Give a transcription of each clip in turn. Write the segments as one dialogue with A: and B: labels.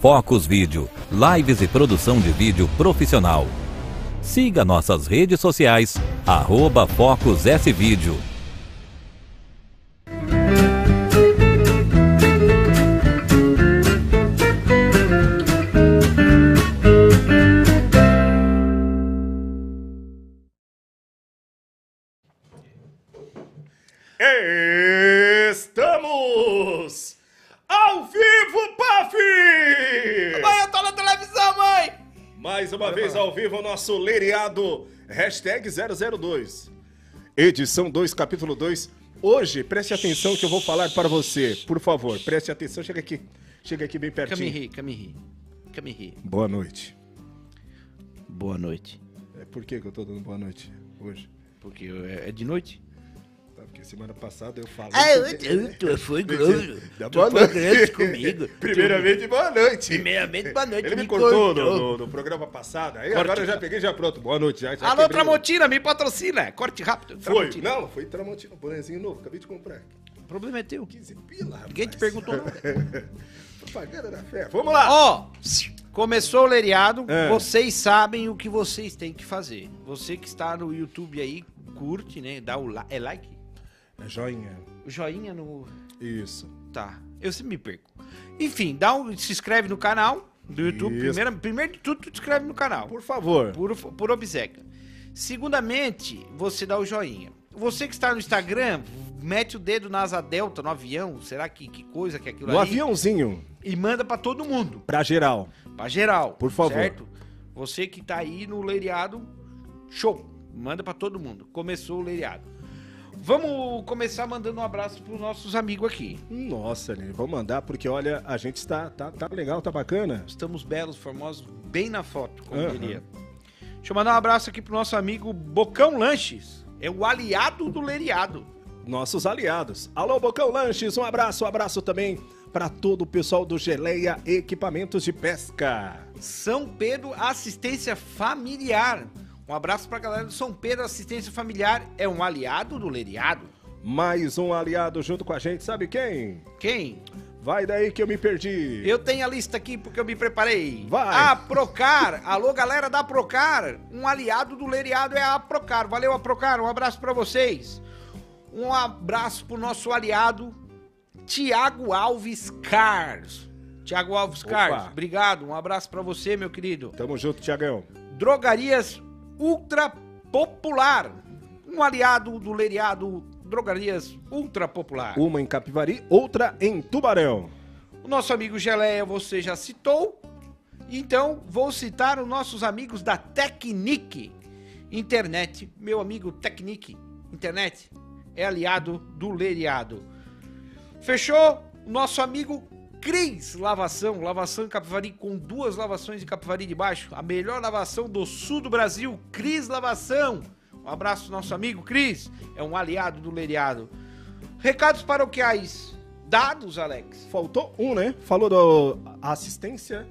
A: Focos Vídeo, lives e produção de vídeo profissional. Siga nossas redes sociais, arroba Focus S Vídeo.
B: Estamos ao vivo, Paf!
C: Mãe, eu tô na televisão, mãe!
B: Mais uma vez ao vivo o nosso lereado hashtag 002. Edição 2, capítulo 2. Hoje, preste atenção que eu vou falar para você. Por favor, preste atenção. Chega aqui. Chega aqui bem pertinho.
C: Camirri, Camirri. Camirri.
B: Boa noite.
C: Boa noite.
B: É, Por que, que eu tô dando boa noite hoje?
C: Porque eu- é é de noite?
B: Tá, porque semana passada eu falei.
C: Ah,
B: que-
C: eu, tu foi grosso.
B: Dá
C: Tu
B: boa
C: foi
B: noite.
C: grosso comigo.
B: Primeiramente, boa noite.
C: Primeiramente, boa noite.
B: Ele me cortou no, no- no programa passado. Aí agora eu já peguei já pronto. Boa noite. Já, já
C: Alô,
B: quebrei o-
C: Tramontina, me patrocina. Corte
B: Foi.
C: rápido.
B: né?
C: Tramontina.
B: Não, foi Tramontina. Bonezinho novo. Acabei de comprar.
C: O problema é teu.
B: 15 pila, rapaz.
C: Ninguém te perguntou nada.
B: Propaganda da fé. Vamos lá.
C: Ó, começou o lereado,
B: É.
C: vocês sabem o que vocês têm que fazer. Você que está no YouTube aí, curte, né? Dá o la- é like,
B: É joinha.
C: o joinha no...
B: Isso.
C: Tá, eu sempre me perco. Enfim, dá um, se inscreve no canal do YouTube.
B: Isso.
C: Primeiro, primeiro de tudo, tu te inscreve no canal,
B: Por favor.
C: por, por obseca. Segundamente, você dá o joinha. Você que está no Instagram, mete o dedo na asa delta, no avião, será que, que coisa que é aquilo
B: No
C: ali?
B: aviãozinho.
C: E manda pra todo mundo.
B: Pra geral.
C: Pra geral.
B: Por favor.
C: Certo? Você que tá aí no leiriado, show. Manda pra todo mundo. Começou o leiriado. Vamos começar mandando um abraço pros nossos amigos aqui.
B: Nossa, Lili. Vou mandar porque, olha, a gente tá, tá, tá legal, tá bacana.
C: Estamos belos, formosos, bem na foto, como
B: Aham.
C: diria. Deixa eu mandar um abraço aqui pro nosso amigo Bocão Lanches. É o aliado do leiriado.
B: nossos aliados. Alô, Bocão Lanches, um abraço, um abraço também para todo o pessoal do Geleia Equipamentos de Pesca.
C: São Pedro Assistência Familiar. Um abraço pra galera do São Pedro Assistência Familiar. É um aliado do leiriado.
B: Mais um aliado junto com a gente, sabe quem?
C: Quem?
B: Vai daí que eu me perdi.
C: Eu tenho a lista aqui porque eu me preparei.
B: Vai.
C: A Procar. Alô, galera da Procar. Um aliado do Leiriado é a Procar. Valeu, a Procar. Um abraço pra vocês. Um abraço pro nosso aliado, Tiago Alves Cars. Tiago Alves
B: Opa.
C: Cars, obrigado. Um abraço pra você, meu querido.
B: Tamo junto, Tiagão.
C: Drogarias Ultra Popular. Um aliado do Leiriado, Drogarias Ultra Popular.
B: Uma em Capivari, outra em Tubarão.
C: O nosso amigo Geleia você já citou. Então, vou citar os nossos amigos da Tecnic Internet. Meu amigo Tecnic Internet é aliado do Leriado. Fechou? O Nosso amigo Cris Lavação. Lavação em Capivari, com duas lavações em Capivari de baixo. A melhor lavação do sul do Brasil, Cris Lavação. Um abraço, nosso amigo Cris. É um aliado do Leriado. Recados paroquiais. Dados, Alex.
B: Faltou um, né? Falou da assistência.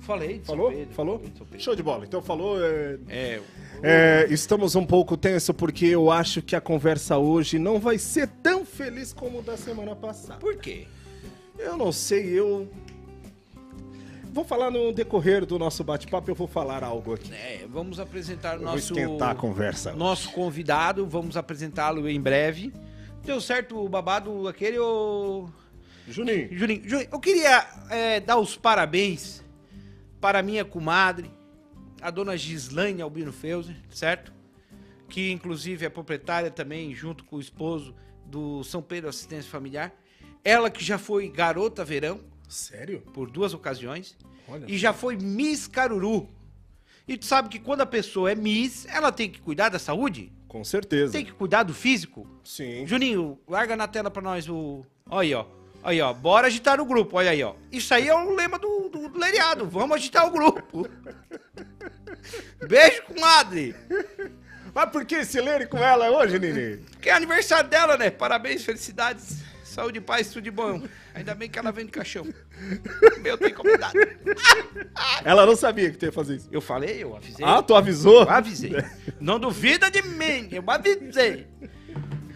C: Falei. de São
B: Falou?
C: Pedro,
B: falou?
C: falei de São Pedro.
B: Show de bola. Então falou. é,
C: É,
B: É, estamos um pouco tenso porque eu acho que a conversa hoje não vai ser tão feliz como da semana passada.
C: por quê?
B: Eu não sei, eu. Vou falar no decorrer do nosso bate-papo, eu vou falar algo aqui.
C: É, vamos apresentar
B: Eu
C: nosso,
B: vou esquentar a conversa.
C: nosso convidado, vamos apresentá-lo em breve. Deu certo o babado aquele, ô...
B: Juninho.
C: Juninho, Juninho, eu queria é, dar os parabéns para minha comadre, a dona Gislaine Albino Feuser, certo? Que inclusive é proprietária também, junto com o esposo do São Pedro Assistência Familiar. Ela que já foi garota verão
B: Sério?
C: por duas ocasiões.
B: Olha.
C: e já foi Miss Caruru. E tu sabe que quando a pessoa é Miss, ela tem que cuidar da saúde,
B: Com certeza.
C: tem que cuidar do físico.
B: Sim.
C: Juninho, larga na tela pra nós o. Olha aí, ó. Aí, ó. Bora agitar o grupo, olha aí, ó. Isso aí é o lema do, do, do Leriado. Vamos agitar o grupo. Beijo, comadre.
B: Mas por que esse lere com ela hoje, Nini?
C: Que é aniversário dela, né? Parabéns, felicidades. Saúde, paz, tudo de bom. Ainda bem que ela vem de caixão. Meu, tem convidado. Ah.
B: Ela não sabia que tu ia fazer isso.
C: Eu falei, eu avisei.
B: Ah, tu avisou?
C: Eu avisei. Não duvida de mim, eu avisei.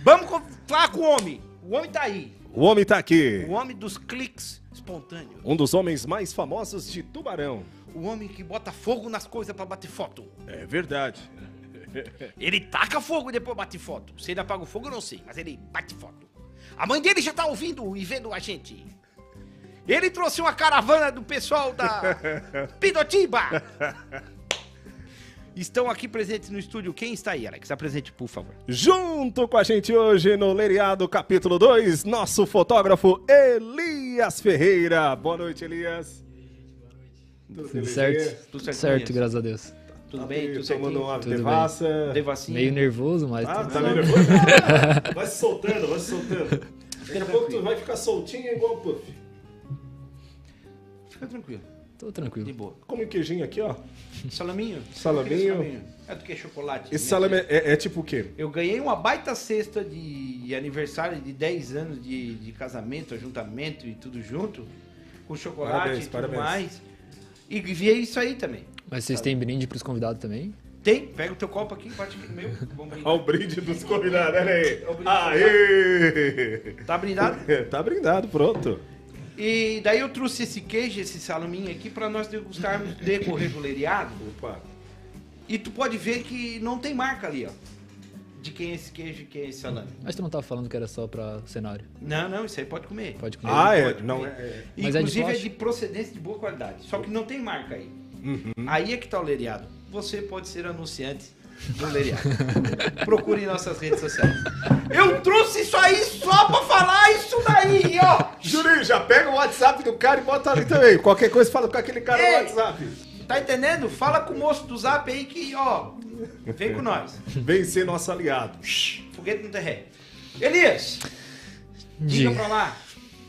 C: Vamos co- falar com o homem. O homem tá aí.
B: O homem tá aqui.
C: O homem dos cliques, espontâneo.
B: Um dos homens mais famosos de Tubarão.
C: O homem que bota fogo nas coisas pra bater foto.
B: É verdade.
C: Ele taca fogo e depois bate foto. Se ele apaga o fogo, eu não sei, mas ele bate foto. A mãe dele já tá ouvindo e vendo a gente. Ele trouxe uma caravana do pessoal da Pinotiba. Estão aqui presentes no estúdio. Quem está aí, Alex? Apresente, por favor.
B: Junto com a gente hoje no Leiriado Capítulo 2, nosso fotógrafo Elias Ferreira. Boa noite, Elias.
D: Tudo certo?
C: Tudo
D: Tudo
C: certo,
D: certo,
C: Elias?
D: graças a Deus.
C: Tudo bem?
B: Tomando
C: Tudo certinho? assim?
B: uma
D: Tudo bem.
B: devassa.
C: Devacinho.
D: Meio nervoso, mas.
B: Ah,
D: tudo
B: tá
D: certo.
B: meio nervoso? vai se soltando, vai se soltando. Daqui a pouco tu vai ficar soltinho igual o Puff.
C: Fica tranquilo.
D: Tô
C: De
D: tranquilo.
C: boa.
B: Come um queijinho aqui, ó.
C: Salaminho?
B: Salaminho.
C: É do que? Chocolate.
B: Esse
C: né?
B: salame é, é tipo o quê?
C: Eu ganhei uma baita cesta de aniversário de 10 anos de, de casamento, ajuntamento e tudo junto. Com chocolate
B: Parabéns,
C: e tudo
B: parabéns.
C: mais. E vi isso aí também.
D: Mas
C: Tá
D: vocês têm brinde pros convidados também?
C: Tem? Pega o teu copo aqui, bate aqui no meu. Vamos brindar.
B: Olha o brinde dos convidados, olha aí.
C: É o brinde
B: Aê!
C: dos Tá brindado?
B: Tá brindado, pronto.
C: E daí eu trouxe esse queijo, esse salaminho aqui pra nós degustarmos decorrer do leiriado.
B: Opa.
C: E tu pode ver que não tem marca ali, ó. De quem é esse queijo e quem é esse salame.
D: Mas tu não tava falando que era só pra cenário.
C: Não, não, isso aí pode comer.
D: Pode comer.
B: Ah, é? Não, é.
D: Mas é de
C: Inclusive é de,
D: plástico?
C: procedência de boa qualidade. Só que não tem marca aí.
B: Uhum.
C: Aí é que tá o lereado. Você pode ser anunciante do lereado. Procure em nossas redes sociais. Eu trouxe isso aí só pra falar isso daí, ó.
B: Julinho, já pega o WhatsApp do cara e bota ali também. Qualquer coisa, fala com aquele cara
C: Ei!
B: no WhatsApp.
C: Tá entendendo? Fala com o moço do zap aí que, ó, vem com nós.
B: Vem ser nosso aliado.
C: Foguete no terreno. Elias, diga
D: Diga.
C: pra lá.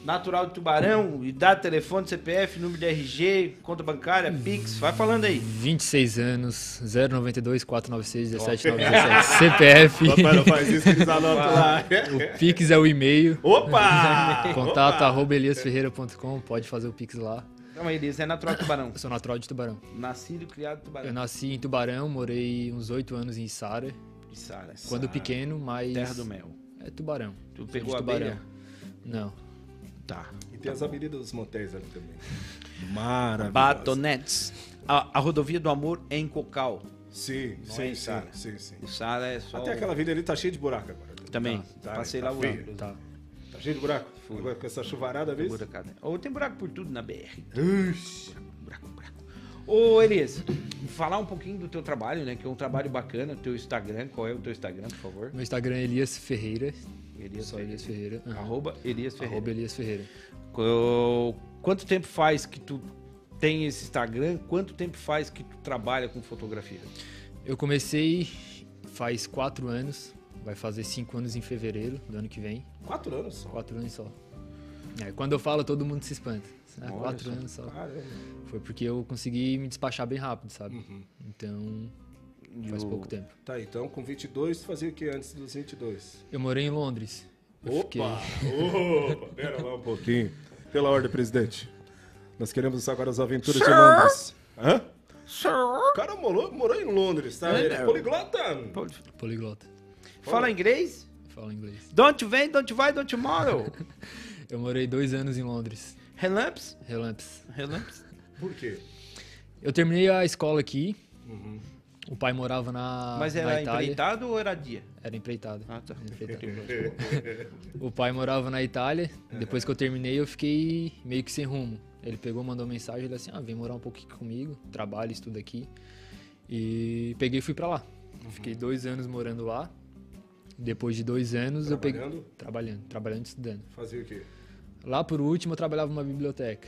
C: Natural de Tubarão, idade, telefone, CPF, número de RG, conta bancária, Pix, vai falando aí.
D: 26 anos, 092 496 1797 CPF.
B: Papai, não faz isso, eles anotam lá.
D: o Pix é o e-mail.
B: Opa!
D: Contato
B: Opa!
D: arroba eliasferreira.com, pode fazer o Pix lá.
C: Calma aí, Elias, é natural de Tubarão.
D: Eu sou natural de Tubarão.
C: Nascido e criado em
D: Eu
C: Tubarão.
D: nasci em Tubarão, morei uns 8 anos em Sara,
C: De Sara.
D: quando pequeno, mas.
C: Terra do Mel.
D: É Tubarão.
C: Tu
D: Sou de
C: pegou a
D: Tubarão.
C: abelha?
D: Não.
C: Tá.
B: E tem as avenidas dos motéis ali também. Maravilhoso.
C: Batonetes. A, a rodovia do amor é em Cocal.
B: Sim,
C: é
B: sim,
C: isso,
B: sim,
C: cara?
B: sim, sim.
C: O Sara é só.
B: Até
C: o-
B: aquela avenida ali tá cheia de buraco agora.
C: Também.
B: Tá,
C: Passei
B: tá
C: lá o
B: feio.
C: ano.
D: Tá.
B: Tá cheio de buraco. Agora com essa chuvarada, viu?
C: Buracada. Ou tem buraco por tudo na BR.
B: Ixi.
C: Buraco, buraco. Ô, Elias, falar um pouquinho do teu trabalho, né? Que é um trabalho bacana. Teu Instagram. Qual é o teu Instagram, por favor?
D: Meu Instagram é Elias Ferreira.
C: Elias
D: Só Elias Ferreira. Aham.
C: Arroba Elias Ferreira.
D: Arroba Elias Ferreira.
C: Qu- Quanto tempo faz que tu tem esse Instagram? Quanto tempo faz que tu trabalha com fotografia?
D: Eu comecei faz quatro anos. Vai fazer cinco anos em fevereiro do ano que vem.
B: Quatro anos só.
D: Quatro anos só. É, quando eu falo, todo mundo se espanta. Ah,
C: Olha
D: quatro
C: só.
D: anos só.
B: Caramba.
D: Foi porque eu consegui me despachar bem rápido, sabe? Então, faz
C: Uhum. o-
D: pouco tempo.
B: Tá, então com 22, tu fazia o que antes dos 22?
D: Eu morei em Londres. Eu fiquei-
B: Opa! Opa! Pera lá um pouquinho. Pela ordem, presidente. Nós queremos agora as aventuras de Londres. Hã? O cara morou, morou em Londres, tá? Ele é poliglota.
D: Poliglota.
C: Fala inglês?
D: Falo inglês.
C: Don't you vem, don't you vai, don't you tomorrow.
D: Eu morei dois anos em Londres.
C: Relamps?
D: Relapse.
C: Relamps?
B: Por quê?
D: Eu terminei a escola aqui. O pai morava na,
C: Uhum. Ah, Mas
D: na
C: era
D: Itália.
C: empreitado ou era dia?
D: Era empreitado.
C: Ah, tá.
D: Era empreitado. tá. o pai morava na Itália. Depois que eu terminei, eu fiquei meio que sem rumo. Ele pegou, mandou mensagem, ele assim, ah, vem morar um pouco aqui comigo, trabalha, estuda aqui. E peguei e fui pra lá. Fiquei dois anos morando lá. Depois de dois anos, eu peguei...
B: Trabalhando?
D: Trabalhando, trabalhando e estudando.
B: Fazia o quê?
D: Lá, por último, eu trabalhava numa biblioteca.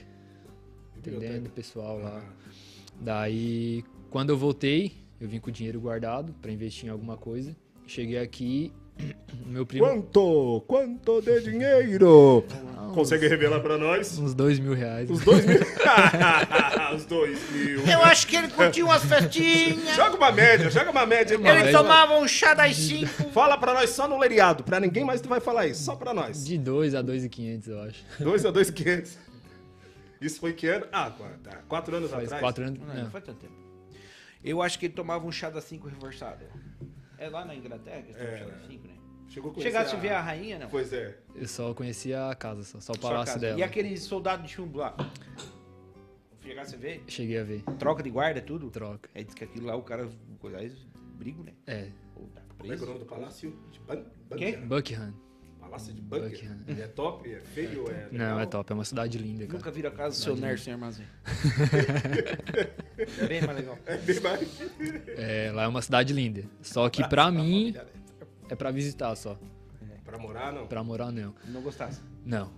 D: Atendendo
B: Biblioteca.
D: o pessoal lá.
B: Ah.
D: Daí, quando eu voltei, eu vim com o dinheiro guardado pra investir em alguma coisa. Cheguei aqui, meu primo.
B: Quanto? Quanto de dinheiro?
D: Ah,
B: Consegue revelar pra nós?
D: Uns dois mil reais.
B: Os dois mil. Os dois mil.
C: Eu acho que ele curtiu umas festinhas.
B: Joga uma média, joga uma média. aí pra
D: Ele
C: Ele
B: nós.
C: tomava um chá das cinco.
B: Fala pra nós só no leiriado, pra ninguém mais tu vai falar isso, só pra nós.
D: De dois a dois e quinhentos, eu acho.
B: 2 a 2,500. Isso foi em que ano? Ah, qu- tá, quatro anos
D: Faz
B: atrás.
D: quatro anos.
C: Não, não
D: Não,
C: faz tanto tempo. Eu acho que ele tomava um chá das cinco reforçado. É lá na Inglaterra que eles tomam
B: É.
C: chá das cinco, né?
B: Chegou a conhecer
E: Chegasse a ver a rainha, não?
B: Pois é.
D: Eu só conhecia a casa, só, só o
E: Sua
D: palácio
E: casa.
D: dela.
E: E aquele soldado de chumbo lá? Chegasse a ver?
D: Cheguei a ver.
E: Troca de guarda, tudo?
D: Troca.
E: É, diz que aquilo lá o cara. coisa, Aí brigo, né?
D: É,
E: Ou tá
B: Como é que é o
E: preso.
B: nome do palácio? De Ban-
E: Quem?
B: Bunker?
D: Buckingham.
B: Palácio de Bunker.
D: Bunker,
B: Ele é top? É feio? É legal?
D: Não, é top, é uma cidade linda, cara.
E: Nunca vira a casa do seu nerd sem armazém. é bem mais legal.
B: É bem mais.
D: É, lá é uma cidade linda. Só que pra mim é pra visitar só.
B: Pra morar, não.
D: Pra morar não.
E: Não gostasse.
D: Não.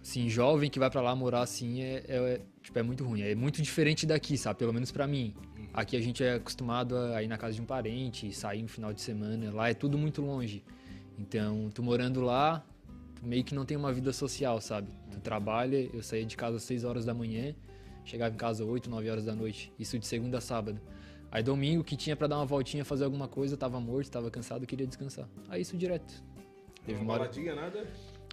D: Assim, jovem que vai pra lá morar assim é, é- é, tipo, é muito ruim. É muito diferente daqui, sabe? Pelo menos pra mim. Aqui a gente é acostumado a ir na casa de um parente, sair no final de semana. Lá é tudo muito longe. Então, tu morando lá, tu meio que não tem uma vida social, sabe? Tu trabalha, eu saía de casa às 6 horas da manhã, chegava em casa às 8, 9 horas da noite. Isso de segunda a sábado. Aí domingo que tinha pra dar uma voltinha, fazer alguma coisa, tava morto, tava cansado, queria descansar. Aí isso direto. Teve
B: uma
D: uma hora-
B: baladinha, nada.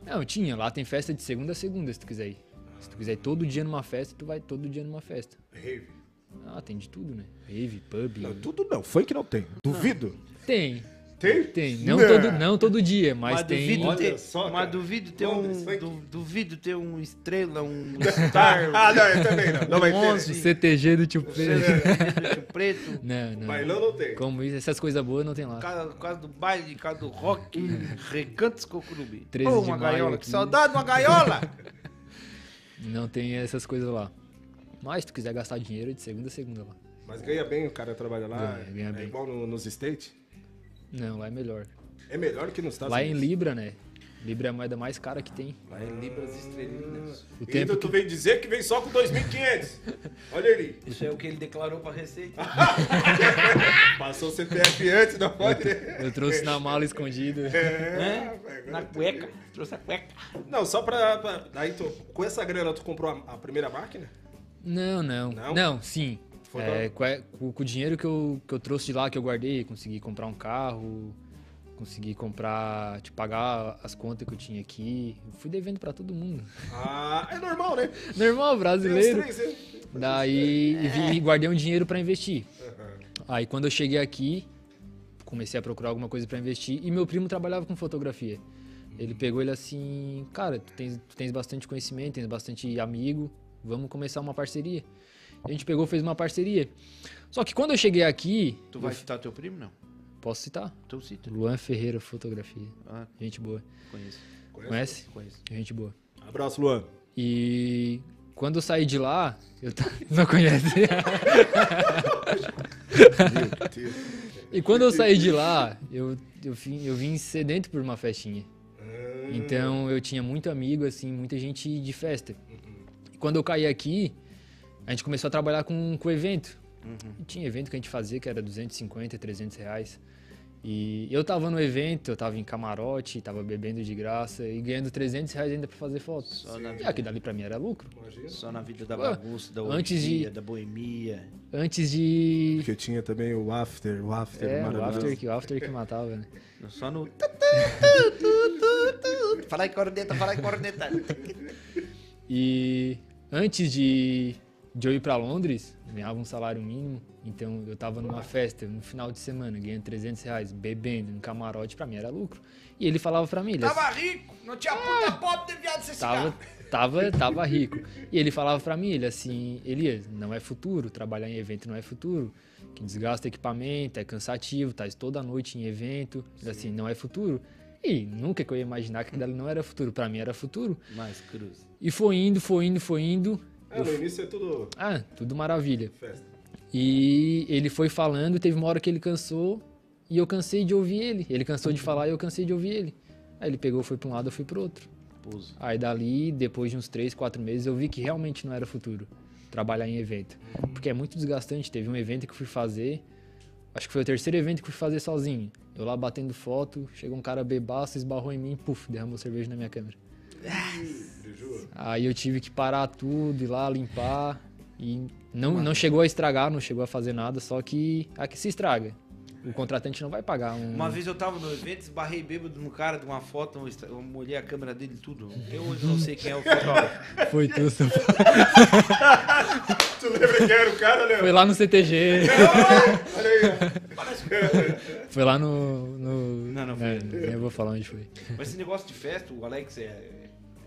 D: não, tinha. Lá tem festa de segunda a segunda, se tu quiser ir. Se tu quiser ir todo dia numa festa, tu vai todo dia numa festa.
B: Rave.
D: Ah, tem de tudo, né? Rave, pub.
B: tudo não. Funk não tem. Duvido.
D: Tem,
B: Tem?
D: tem. Não,
B: Não.
D: Todo, não todo dia, mas, tem.
E: duvido
B: Olha
E: ter,
B: só,
E: mas
B: cara.
E: duvido ter
B: Londres,
E: um.
B: funk.
E: du- duvido ter um estrela, um star,
B: Ah, não, eu também não. Não vai ter.
D: O CTG do tio Pedro.
E: um preto.
D: Não, não.
B: Bailão não tem.
D: Como isso, essas coisas boas não tem lá.
E: Casa, casa do baile, casa do rock, recantos cocurubi.
D: 13
E: Ô,
D: de
E: uma
D: maio
E: gaiola,
D: aqui.
E: que saudade de uma gaiola!
D: Não tem essas coisas lá. Mas se tu quiser gastar dinheiro, é de segunda a segunda lá.
B: Mas ganha bem, o cara trabalha lá.
D: Ganha, ganha
B: é
D: bem.
B: igual no- nos States.
D: Não, lá é melhor.
B: É melhor que nos Estados
D: Lá em
B: Unidos.
D: Libra, né? Libra é a moeda mais cara que tem.
E: Vai Libras estrelinas.
D: O
B: E ainda
D: tempo
B: tu vem dizer que vem só com 2.500. Olha ele.
E: Isso é o que ele declarou pra Receita.
B: Passou o CPF antes, não pode.
D: que eu trouxe na mala escondida.
B: É.
E: Né? Na cueca. Trouxe a cueca.
B: Não, só pra. pra- daí tu, com essa grana tu comprou a, a primeira máquina?
D: Não, não.
B: Não?
D: Não, sim.
B: Foi
D: É, com, a- com- com o dinheiro que eu, que eu trouxe de lá, que eu guardei, consegui comprar um carro, consegui comprar, te pagar as contas que eu tinha aqui. Eu fui devendo pra todo mundo.
B: Ah, é normal, né?
D: Normal,
B: Tem uns
D: brasileiro.
B: três, né?
D: Daí e vi- e guardei um dinheiro pra investir. Aí quando eu cheguei aqui, comecei a procurar alguma coisa pra investir e meu primo trabalhava com fotografia. Ele pegou ele assim, cara, tu tens, tu tens bastante conhecimento, tens bastante amigo, vamos começar uma parceria. A gente pegou, fez uma parceria. Só que quando eu cheguei aqui,
E: Tu vai citar teu primo, não?
D: posso citar?
E: Então cita.
D: Luan Ferreira Fotografia.
E: Ah,
D: Gente boa.
E: conheço.
D: Conhece?
E: Conheço.
D: Gente boa.
B: Abraço, Luan.
D: E quando eu saí de lá, eu ta- não conhece. E quando eu saí de lá, eu, eu, vim, eu vim sedento por uma festinha. Então eu tinha muito amigo, assim, muita gente de festa. E quando eu caí aqui, a gente começou a trabalhar com, com evento.
E: Uhum.
D: E tinha evento que a gente fazia que era 250, 300 reais. E eu tava no evento, eu tava em camarote, tava bebendo de graça e ganhando 300 reais ainda pra fazer fotos.
E: Só na
D: E aquilo ali pra mim era lucro.
B: Imagina.
E: Só na vida da
D: Ué,
E: bagunça, da
D: antes de-
E: orgia, da boemia.
D: Antes de.
B: Porque tinha também o after, o after
D: É, o after, que, o after que matava, né?
E: Só no... Fala aí, corneta, fala aí, corneta.
D: E antes de, de eu ir pra Londres, eu ganhava um salário mínimo. Então eu tava numa festa no final de semana, ganhando 300 reais, bebendo, um camarote, pra mim era lucro. E ele falava pra mim, ele assim,
E: Tava rico, não tinha puta pobre de viado sem
D: tava,
E: cigarro.
D: tava, tava rico. E ele falava pra mim, ele assim, Elias, não é futuro, trabalhar em evento não é futuro. Que desgasta equipamento, é cansativo, tá toda noite em evento. Ele assim, não é futuro. E nunca que eu ia imaginar que aquilo ali não era futuro, pra mim era futuro.
E: Mas, Cruz.
D: E foi indo, foi indo, foi indo.
B: É, no início é tudo
D: Ah, tudo maravilha.
B: festa.
D: E ele foi falando, teve uma hora que ele cansou e eu cansei de ouvir ele. Ele cansou de falar e eu cansei de ouvir ele. Aí ele pegou, foi pra um lado, eu fui pro outro.
E: Pose.
D: Aí dali, depois de uns 3, 4 meses, eu vi que realmente não era futuro trabalhar em evento. Porque é muito desgastante. Teve um evento que eu fui fazer, acho que foi o terceiro evento que eu fui fazer sozinho. Eu lá batendo foto, chegou um cara bebaço, esbarrou em mim, puf, derramou cerveja na minha câmera.
B: Juro.
D: Aí eu tive que parar tudo, ir lá limpar. E não, não chegou a estragar, não chegou a fazer nada, só que aqui se estraga. O contratante não vai pagar um.
E: Uma vez eu tava no evento, esbarrei bêbado no cara de uma foto, eu estra- eu molhei a câmera dele e tudo. Eu hoje não sei quem é o fotógrafo.
D: Foi tu, seu-
B: Tu lembra quem era o cara, Léo?
D: Foi lá no CTG.
B: Olha aí, ó.
D: Foi lá no. no-
C: Não, não, foi.
D: é, nem vou falar onde foi.
C: Mas esse negócio de festa, o Alex é,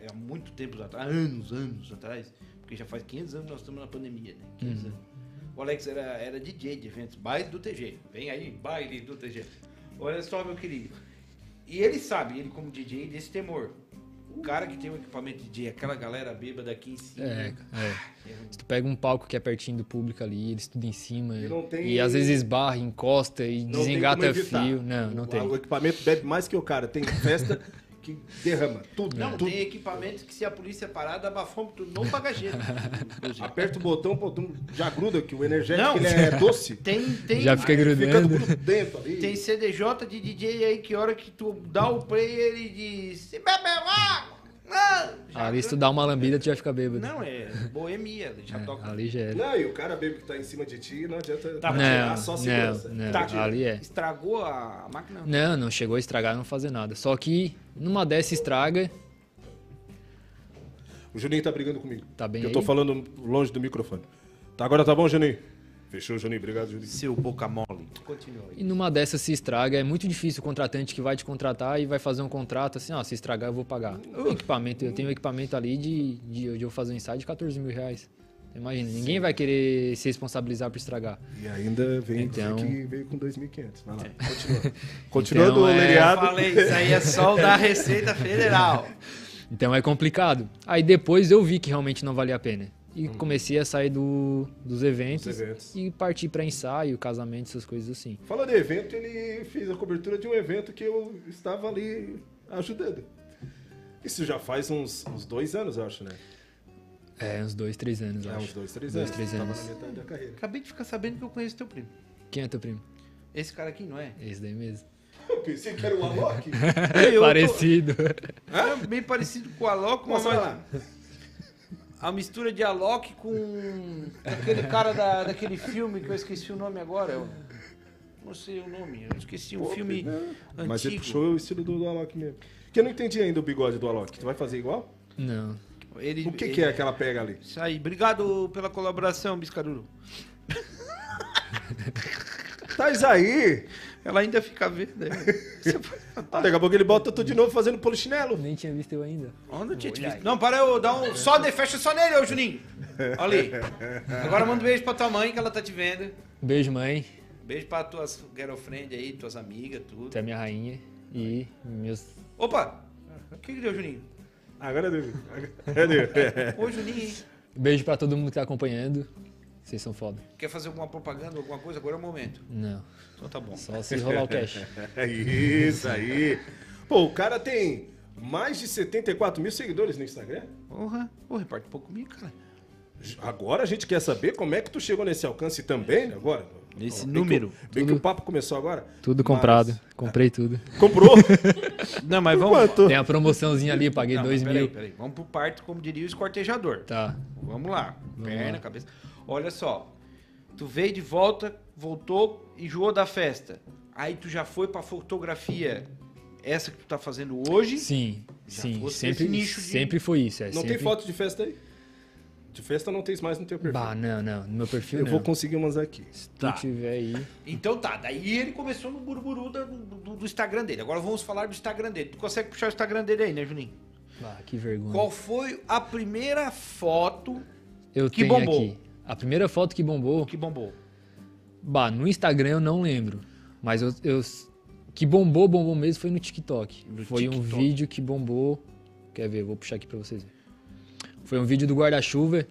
C: é há muito tempo atrás, anos, anos atrás, porque já faz 500 anos que nós estamos na pandemia, né? 500
D: Uhum.
C: anos. O Alex era, era DJ de eventos, baile do TG. Vem aí, baile do TG. Olha só, meu querido. E ele sabe, ele como DJ, desse temor. O cara que tem o equipamento de DJ, aquela galera bêbada aqui em cima.
D: É, é. Se tu pega um palco que é pertinho do público ali, eles tudo em cima.
B: E
D: E,
B: não tem-
D: e às vezes esbarra, encosta e
B: Não
D: desengata
B: tem como evitar.
D: fio. Não, não
B: O-
D: tem.
B: O equipamento bebe mais que o cara. Tem festa que derrama tudo.
C: Não,
B: tudo.
C: tem equipamento que se a polícia parar, dá bafômetro no bagageiro. inclusive.
B: Aperta o botão, pô, tu já gruda que o energético
C: Não.
B: ele é doce.
C: Tem, tem,
D: Já fica
B: Fica
D: Tá grudando.
B: tudo dentro ali.
C: Tem CDJ de DJ aí que hora que tu dá o play ele diz se bebe água. Não, já
D: Ali se tu dá uma lambida, tu já fica bêbado.
C: Não, é boemia, ele já toca.
D: É, Ali já era.
B: Não, e o cara bebe que tá em cima de ti, não adianta
C: Tá,
D: não,
B: só segurança.
D: não, não,
C: Tá,
D: ali é.
C: Estragou a máquina.
D: Não, não chegou a estragar, não fazer nada. Só que numa dessa estraga,
B: O Juninho tá brigando comigo.
D: Tá bem
B: Eu tô
D: aí?
B: falando longe do microfone. Tá, agora tá bom, Juninho? Fechou, Juninho. Obrigado, Juninho.
C: Seu boca mole. Continua aí.
D: e numa dessa se estraga, é muito difícil o contratante que vai te contratar e vai fazer um contrato assim, ó, se estragar eu vou pagar. O equipamento, eu tenho um equipamento ali de, de, de eu fazer um ensaio de 14 mil reais. Imagina, ninguém vai querer se responsabilizar por estragar.
B: E ainda vem
D: Então-
B: dizer que veio com 2.500. Vai lá, continua. Continuando o
D: é,
C: Eu
B: lereado.
C: falei, isso aí é só o da Receita Federal.
D: Então é complicado. Aí depois eu vi que realmente não valia a pena. E comecei a sair do, dos eventos,
B: Uhum. Dos eventos.
D: e partir pra ensaio, casamento, essas coisas assim.
B: Falando de evento, ele fez a cobertura de um evento que eu estava ali ajudando. Isso já faz uns, uns dois anos, eu acho, né?
D: É, uns dois, três anos,
B: É,
D: acho.
B: uns dois, três
D: Dois,
B: anos.
D: três
B: Tava
D: anos.
B: na metade da carreira.
C: Acabei de ficar sabendo que eu conheço teu primo.
D: Quem é teu primo?
C: Esse cara aqui não é?
D: Esse daí mesmo.
B: Eu pensei que era o Alok.
C: Eu tô-
D: Parecido.
C: É bem parecido com o Alok, mas
B: Nossa, vai lá.
C: a mistura de Alok com aquele cara da, daquele filme que eu esqueci o nome agora. Eu não sei o nome, eu esqueci um filme antigo.
B: né? Ah, Mas ele puxou o estilo do, do Alok mesmo. Que eu não entendi ainda o bigode do Alok. Tu vai fazer igual?
D: Não.
C: Ele-
B: O que,
C: ele-
B: que é aquela pega ali?
C: Isso aí, obrigado pela colaboração, Biscaruru.
B: Tais aí! Ah,
C: Ela ainda fica verde. né? Você foi fantástico.
B: Daqui a pouco ele bota tu de novo fazendo polichinelo.
D: Nem tinha visto eu ainda.
C: Onde eu tinha te visto? Não, para eu dar um. Só de fecha só nele, ô Juninho. Olha aí. Agora manda um beijo pra tua mãe que ela tá te vendo.
D: Beijo, mãe.
C: Beijo pra tuas girlfriend aí, tuas amigas,
D: Tu é
C: tudo.
D: minha rainha. E meus.
C: Opa! O que, que deu, Juninho?
B: Agora deu. Agora é deu.
C: Ô, Juninho, hein?
D: Beijo pra todo mundo que tá acompanhando. Vocês são foda.
C: Quer fazer alguma propaganda, alguma coisa? Agora é o momento.
D: Não.
C: Então tá bom.
D: Só se rolar o cash.
B: É isso aí. Pô, o cara tem mais de 74 mil seguidores no Instagram.
C: Porra, porra, reparte um pouco comigo, cara.
B: J- Agora a gente quer saber como é que tu chegou nesse alcance também, né? Agora.
C: Nesse
B: Bem
C: número.
B: Que, o- bem que o papo começou agora.
D: Tudo
B: Mas-
D: comprado. Comprei tudo.
B: Comprou?
C: Não, mas vamos.
B: Quanto?
D: Tem a promoçãozinha ali, paguei
C: Não, mas
D: dois
C: peraí,
D: mil.
C: peraí. Vamos pro parto, como diria o escortejador.
D: Tá.
C: Vamos lá. Perna,
D: lá.
C: cabeça. Olha só. Tu veio de volta, voltou, enjoou da festa. Aí tu já foi pra fotografia. Essa que tu tá fazendo hoje.
D: Sim,
C: Já
D: sim.
C: fosse
D: Sempre,
C: esse nicho de-
D: sempre foi isso. É,
B: Não
D: sempre...
B: tem foto de festa aí? De festa não tens mais no teu perfil.
D: Bah, não, não. No meu perfil
B: Eu
D: não.
B: vou conseguir umas aqui.
D: Se tu tiver aí.
C: Então tá, daí ele começou no buruburu da- do, do- do Instagram dele. Agora vamos falar do Instagram dele. Tu consegue puxar o Instagram dele aí, né, Juninho?
D: Bah, que vergonha.
C: Qual foi a primeira foto
D: Eu
C: que
D: tenho
C: bombou?
D: aqui. A primeira foto que bombou.
C: que bombou?
D: Bah, no Instagram eu não lembro. Mas eu, eu- que bombou, bombou mesmo foi no TikTok.
C: No
D: foi um
C: TikTok.
D: vídeo que bombou. Quer ver? eu Vou puxar aqui pra vocês verem. Foi um vídeo do guarda-chuva.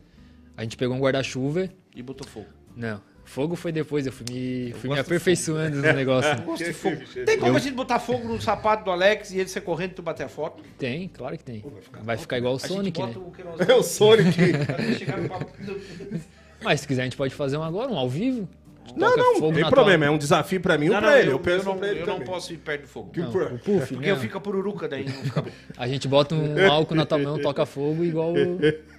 D: A gente pegou um guarda-chuva.
C: E botou fogo.
D: Não, fogo foi depois. Eu fui me, fui
C: gosto
D: me
C: de
D: aperfeiçoando no negócio.
B: é
C: Gosto de fogo. Tem como a gente botar fogo no sapato do Alex e ele ser correndo e tu bater a foto?
D: Tem, claro que tem. Vai ficar É igual o
C: A
D: Sonic,
C: gente bota
D: né?
C: o
B: É
C: querosene.
B: o Sonic.
C: Pra chegar no papo do-
D: Mas se quiser a gente pode fazer um agora, um ao vivo.
B: Não,
D: Toca
B: não,
D: fogo
B: não tem
D: na
B: problema. É um desafio pra mim e um pra ele. Eu,
C: eu,
B: peço
C: não,
B: pra ele
C: eu não
B: também.
C: posso ir perto do fogo.
B: Que
D: Não,
B: pro-
D: o puff, né?
C: Porque eu
D: não.
C: fico pururuca daí, não fica bom.
D: A gente bota um álcool na tua mão, toca fogo, igual.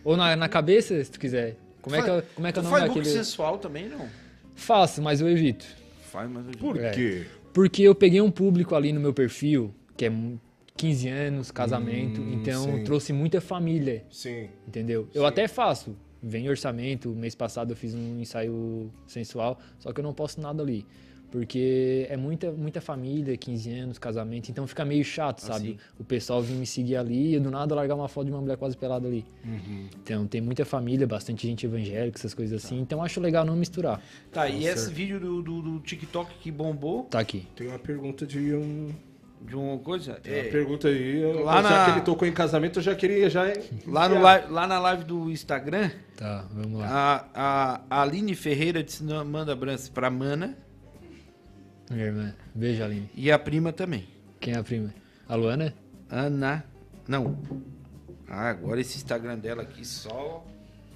D: Ou na, na cabeça, se tu quiser. Como é que, é- como é que é o
C: tu
D: nome
C: faz look
D: daquele.
C: sensual também, não?
D: Faço, mas eu evito.
C: Faz, mas eu
B: Por
D: É.
B: quê?
D: Porque eu peguei um público ali no meu perfil, que é mu- 15 anos, casamento, então
B: sim.
D: trouxe muita família,
B: Sim.
D: entendeu? Eu até faço, vem orçamento, mês passado eu fiz um ensaio sensual, só que eu não posto nada ali. Porque é muita, muita família, 15 anos, casamento, então fica meio chato, sabe? O pessoal vir me seguir ali e eu do nada largar uma foto de uma mulher quase pelada ali. Então tem muita família, bastante gente evangélica, essas coisas assim. Então acho legal não misturar.
C: Tá, e esse vídeo do, do- do TikTok que bombou,
D: Tá aqui.
B: Tem uma pergunta de um.
C: de uma coisa,
B: Tem uma
C: é,
B: pergunta aí. eu-
C: Lá
B: já
C: na-
B: que ele tocou em casamento, eu já queria já.
C: lá, no live- lá na live do Instagram,
D: Tá, vamos lá.
C: a, a- a Aline Ferreira disse, "Não, manda abraço pra Mana
D: Minha irmã. Beijo, Aline.
C: e a prima também.
D: Quem é a prima? A Luana?
C: Ana, não. Ah, agora esse Instagram dela aqui, só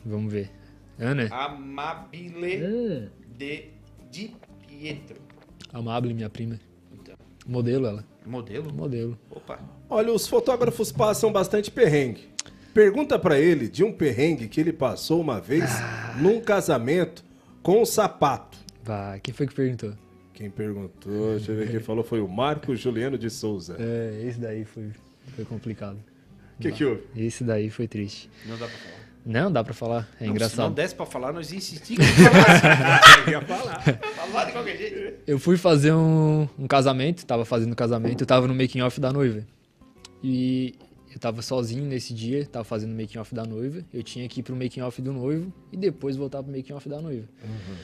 D: Vamos ver. Ana?
C: Ah. Amabile de, de Pietro.
D: Amable, minha prima. Modelo ela.
C: Modelo?
D: Modelo.
C: Opa.
B: Olha, os fotógrafos passam bastante perrengue. Pergunta pra ele de um perrengue que ele passou uma vez
D: Ah.
B: num casamento com um sapato.
D: Bah, quem foi que perguntou?
B: Quem perguntou, deixa eu ver quem falou, foi o Marco Juliano de Souza.
D: É, esse daí foi, foi complicado.
B: O que, que houve?
D: Esse daí foi triste.
C: Não dá pra falar.
D: Não, dá pra falar. É
C: Se não
D: engraçado.
C: desse pra falar, nós insistimos. Falar
B: ia falar.
C: de qualquer jeito.
D: Eu fui fazer um, um casamento, tava fazendo casamento, eu tava no making off da noiva. E eu tava sozinho nesse dia, tava fazendo o making off da noiva. Eu tinha que ir pro making off do noivo e depois voltar pro making off da noiva.
C: Uhum.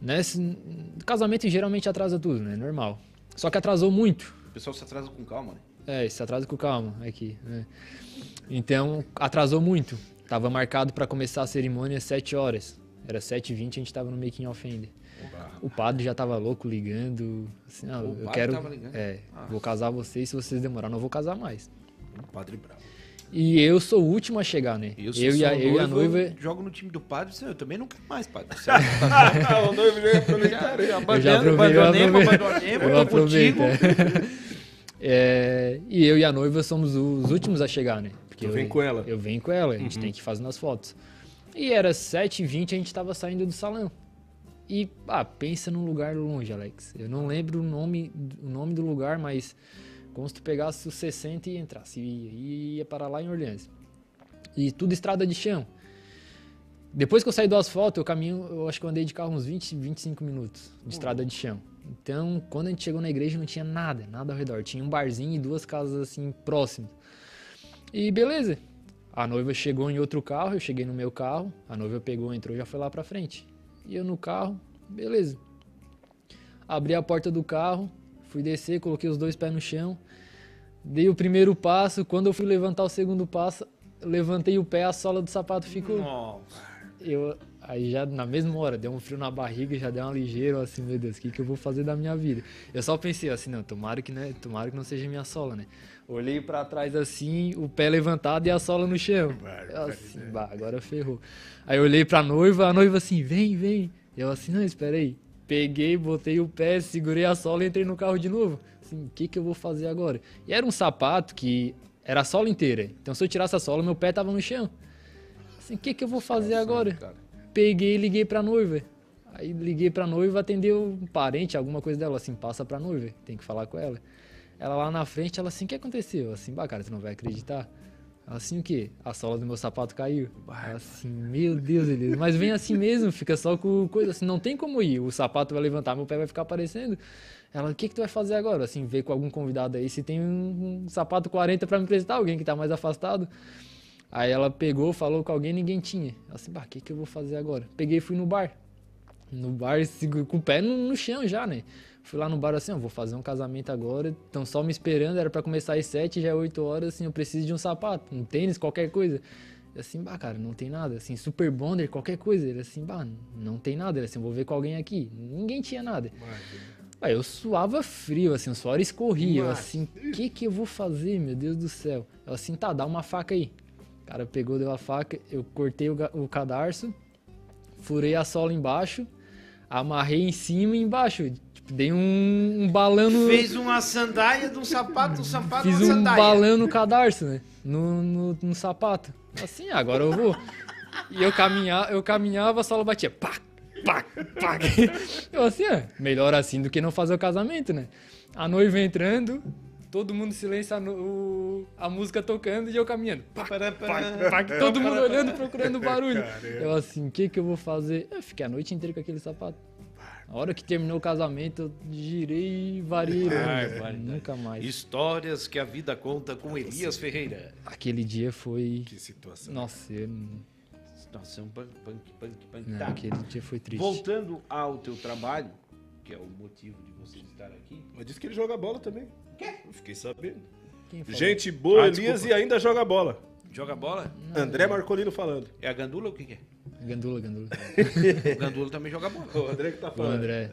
D: Nesse casamento geralmente atrasa tudo, né? Normal. Só que atrasou muito.
C: O pessoal se atrasa com calma, né?
D: É, isso atrasa com calma aqui, né? Então, atrasou muito. Tava marcado pra começar a cerimônia às 7 horas. Era 7h20 a gente tava no making off ainda. O padre já tava louco ligando, assim, ah,
C: O
D: eu
C: padre
D: quero,
C: tava ligando? Ah.
D: é, vou casar vocês, se vocês demorar, não vou casar mais.
C: Padre Bravo.
D: E eu sou o último a chegar, né?
C: se
D: e a,
C: sou
D: eu e a
C: noivo,
D: noiva,
C: Jogo no time do padre, eu também não quero mais, padre.
B: Ah, o noivo já aproveitarei.
D: eu já aprovei- eu
C: abandonei,
D: aprovei-
C: abandonei,
D: eu
C: tô
D: aproveito,
C: contigo.
D: é. É, e eu e a noiva somos os últimos a chegar, né? Porque
B: Tu
D: eu-
B: vem com ela. Uhum.
D: Eu venho com ela, a gente tem que fazer nas fotos. E era 7h20, a gente tava saindo do salão. E, ah, pensa num lugar longe, Alex. Eu não lembro o nome, o nome do lugar, mas como se tu pegasse os 60 e entrasse. E ia, ia parar lá em Orleans. E tudo estrada de chão. Depois que eu saí do asfalto, eu caminho, eu acho que eu andei de carro uns 20, 25 minutos de estrada de chão. Então, quando a gente chegou na igreja, não tinha nada, nada ao redor. Tinha um barzinho e duas casas assim próximas. E beleza. A noiva chegou em outro carro, eu cheguei no meu carro. A noiva pegou, entrou e já foi lá pra frente. E eu no carro, beleza. Abri a porta do carro, fui descer, coloquei os dois pés no chão. Dei o primeiro passo, quando eu fui levantar o segundo passo, levantei o pé, a sola do sapato ficou.
C: Nossa.
D: Eu, aí já na mesma hora, deu um frio na barriga, já deu uma ligeira, eu assim, meu Deus, o que, que eu vou fazer da minha vida? Eu só pensei assim, não, tomara que, né, tomara que não seja minha sola, né? Olhei pra trás assim, o pé levantado e a sola no chão. Eu assim, bah, agora ferrou. Aí eu olhei pra noiva, a noiva assim, vem, vem. Eu assim, não, espera aí. Peguei, botei o pé, segurei a sola e entrei no carro de novo. Assim, o que, que eu vou fazer agora? E era um sapato que era a sola inteira. Então se eu tirasse a sola, meu pé tava no chão. Assim, o que, que eu vou fazer agora? Peguei e liguei pra noiva. Aí liguei pra noiva, atendeu um parente, alguma coisa dela, assim, passa pra noiva, tem que falar com ela. Ela lá na frente, ela assim, o que aconteceu? Eu Assim, bah, cara, tu não vai acreditar. Ela assim, o quê? A sola do meu sapato caiu. Ela assim, meu Deus, Elias, mas vem assim mesmo, fica só com coisa assim, não tem como ir, o sapato vai levantar, meu pé vai ficar aparecendo. Ela, o que que tu vai fazer agora? Assim, vê com algum convidado aí, se tem um, um sapato 40 pra me emprestar, alguém que tá mais afastado. Aí ela pegou, falou com alguém, ninguém tinha. Ela assim, bah, o que, que eu vou fazer agora? Peguei e fui no bar. No bar, segui- com o pé no, no chão já, né? Fui lá no bar assim, ó, vou fazer um casamento agora, estão só me esperando, era pra começar às sete, já é oito horas, assim, eu preciso de um sapato, um tênis, qualquer coisa. E assim, bah, cara, não tem nada, assim, super bonder, qualquer coisa. Ele assim, bah, não tem nada, ele assim, vou ver com alguém aqui. Ninguém tinha nada. Aí eu suava frio, assim, o suor escorria. Eu assim, o que que eu vou fazer, meu Deus do céu? Eu assim, tá, dá uma faca aí. O cara pegou, deu a faca, eu cortei o, ga- o cadarço, furei a sola embaixo, amarrei em cima e embaixo. Tipo, dei um, um balão no...
C: Fez uma sandália de um sapato, um sapato
D: Fiz
C: de uma
D: um
C: sandália.
D: balão no cadarço, né? No, no, no sapato. Assim, ah, agora eu vou. E eu, caminha, eu caminhava, a sola batia. Pá, pá, pá. Eu assim, ah, melhor assim do que não fazer o casamento, né? A noiva entrando, todo mundo em silêncio, a, no- o- a música tocando e eu caminhando. Pá,
C: Pará, pará.
D: pá, todo mundo olhando, procurando barulho. Eu assim, o que que eu vou fazer? Eu fiquei a noite inteira com aquele sapato. A hora que terminou o casamento, eu girei e variei. né?
C: Ah,
D: nunca mais.
C: Histórias que a vida conta com Elias Ferreira.
D: Aquele dia foi.
B: Que situação.
D: Nossa, eu... não-
C: Nossa, é um punk, punk, punk, punk.
D: não,
C: Tá.
D: aquele dia foi triste.
C: Voltando ao teu trabalho, que é o motivo de vocês estar aqui.
B: Mas disse que ele joga bola também. Quê? Eu fiquei sabendo.
D: Quem falou?
B: Gente boa,
C: Ah,
B: Elias,
C: desculpa.
B: e ainda joga bola.
C: Joga bola?
B: André Marcolino falando.
C: É a gandula ou o que, que é?
D: Gandula, gandula.
C: O gandula também joga bola.
B: O André que tá
D: Ô,
B: falando.
D: André,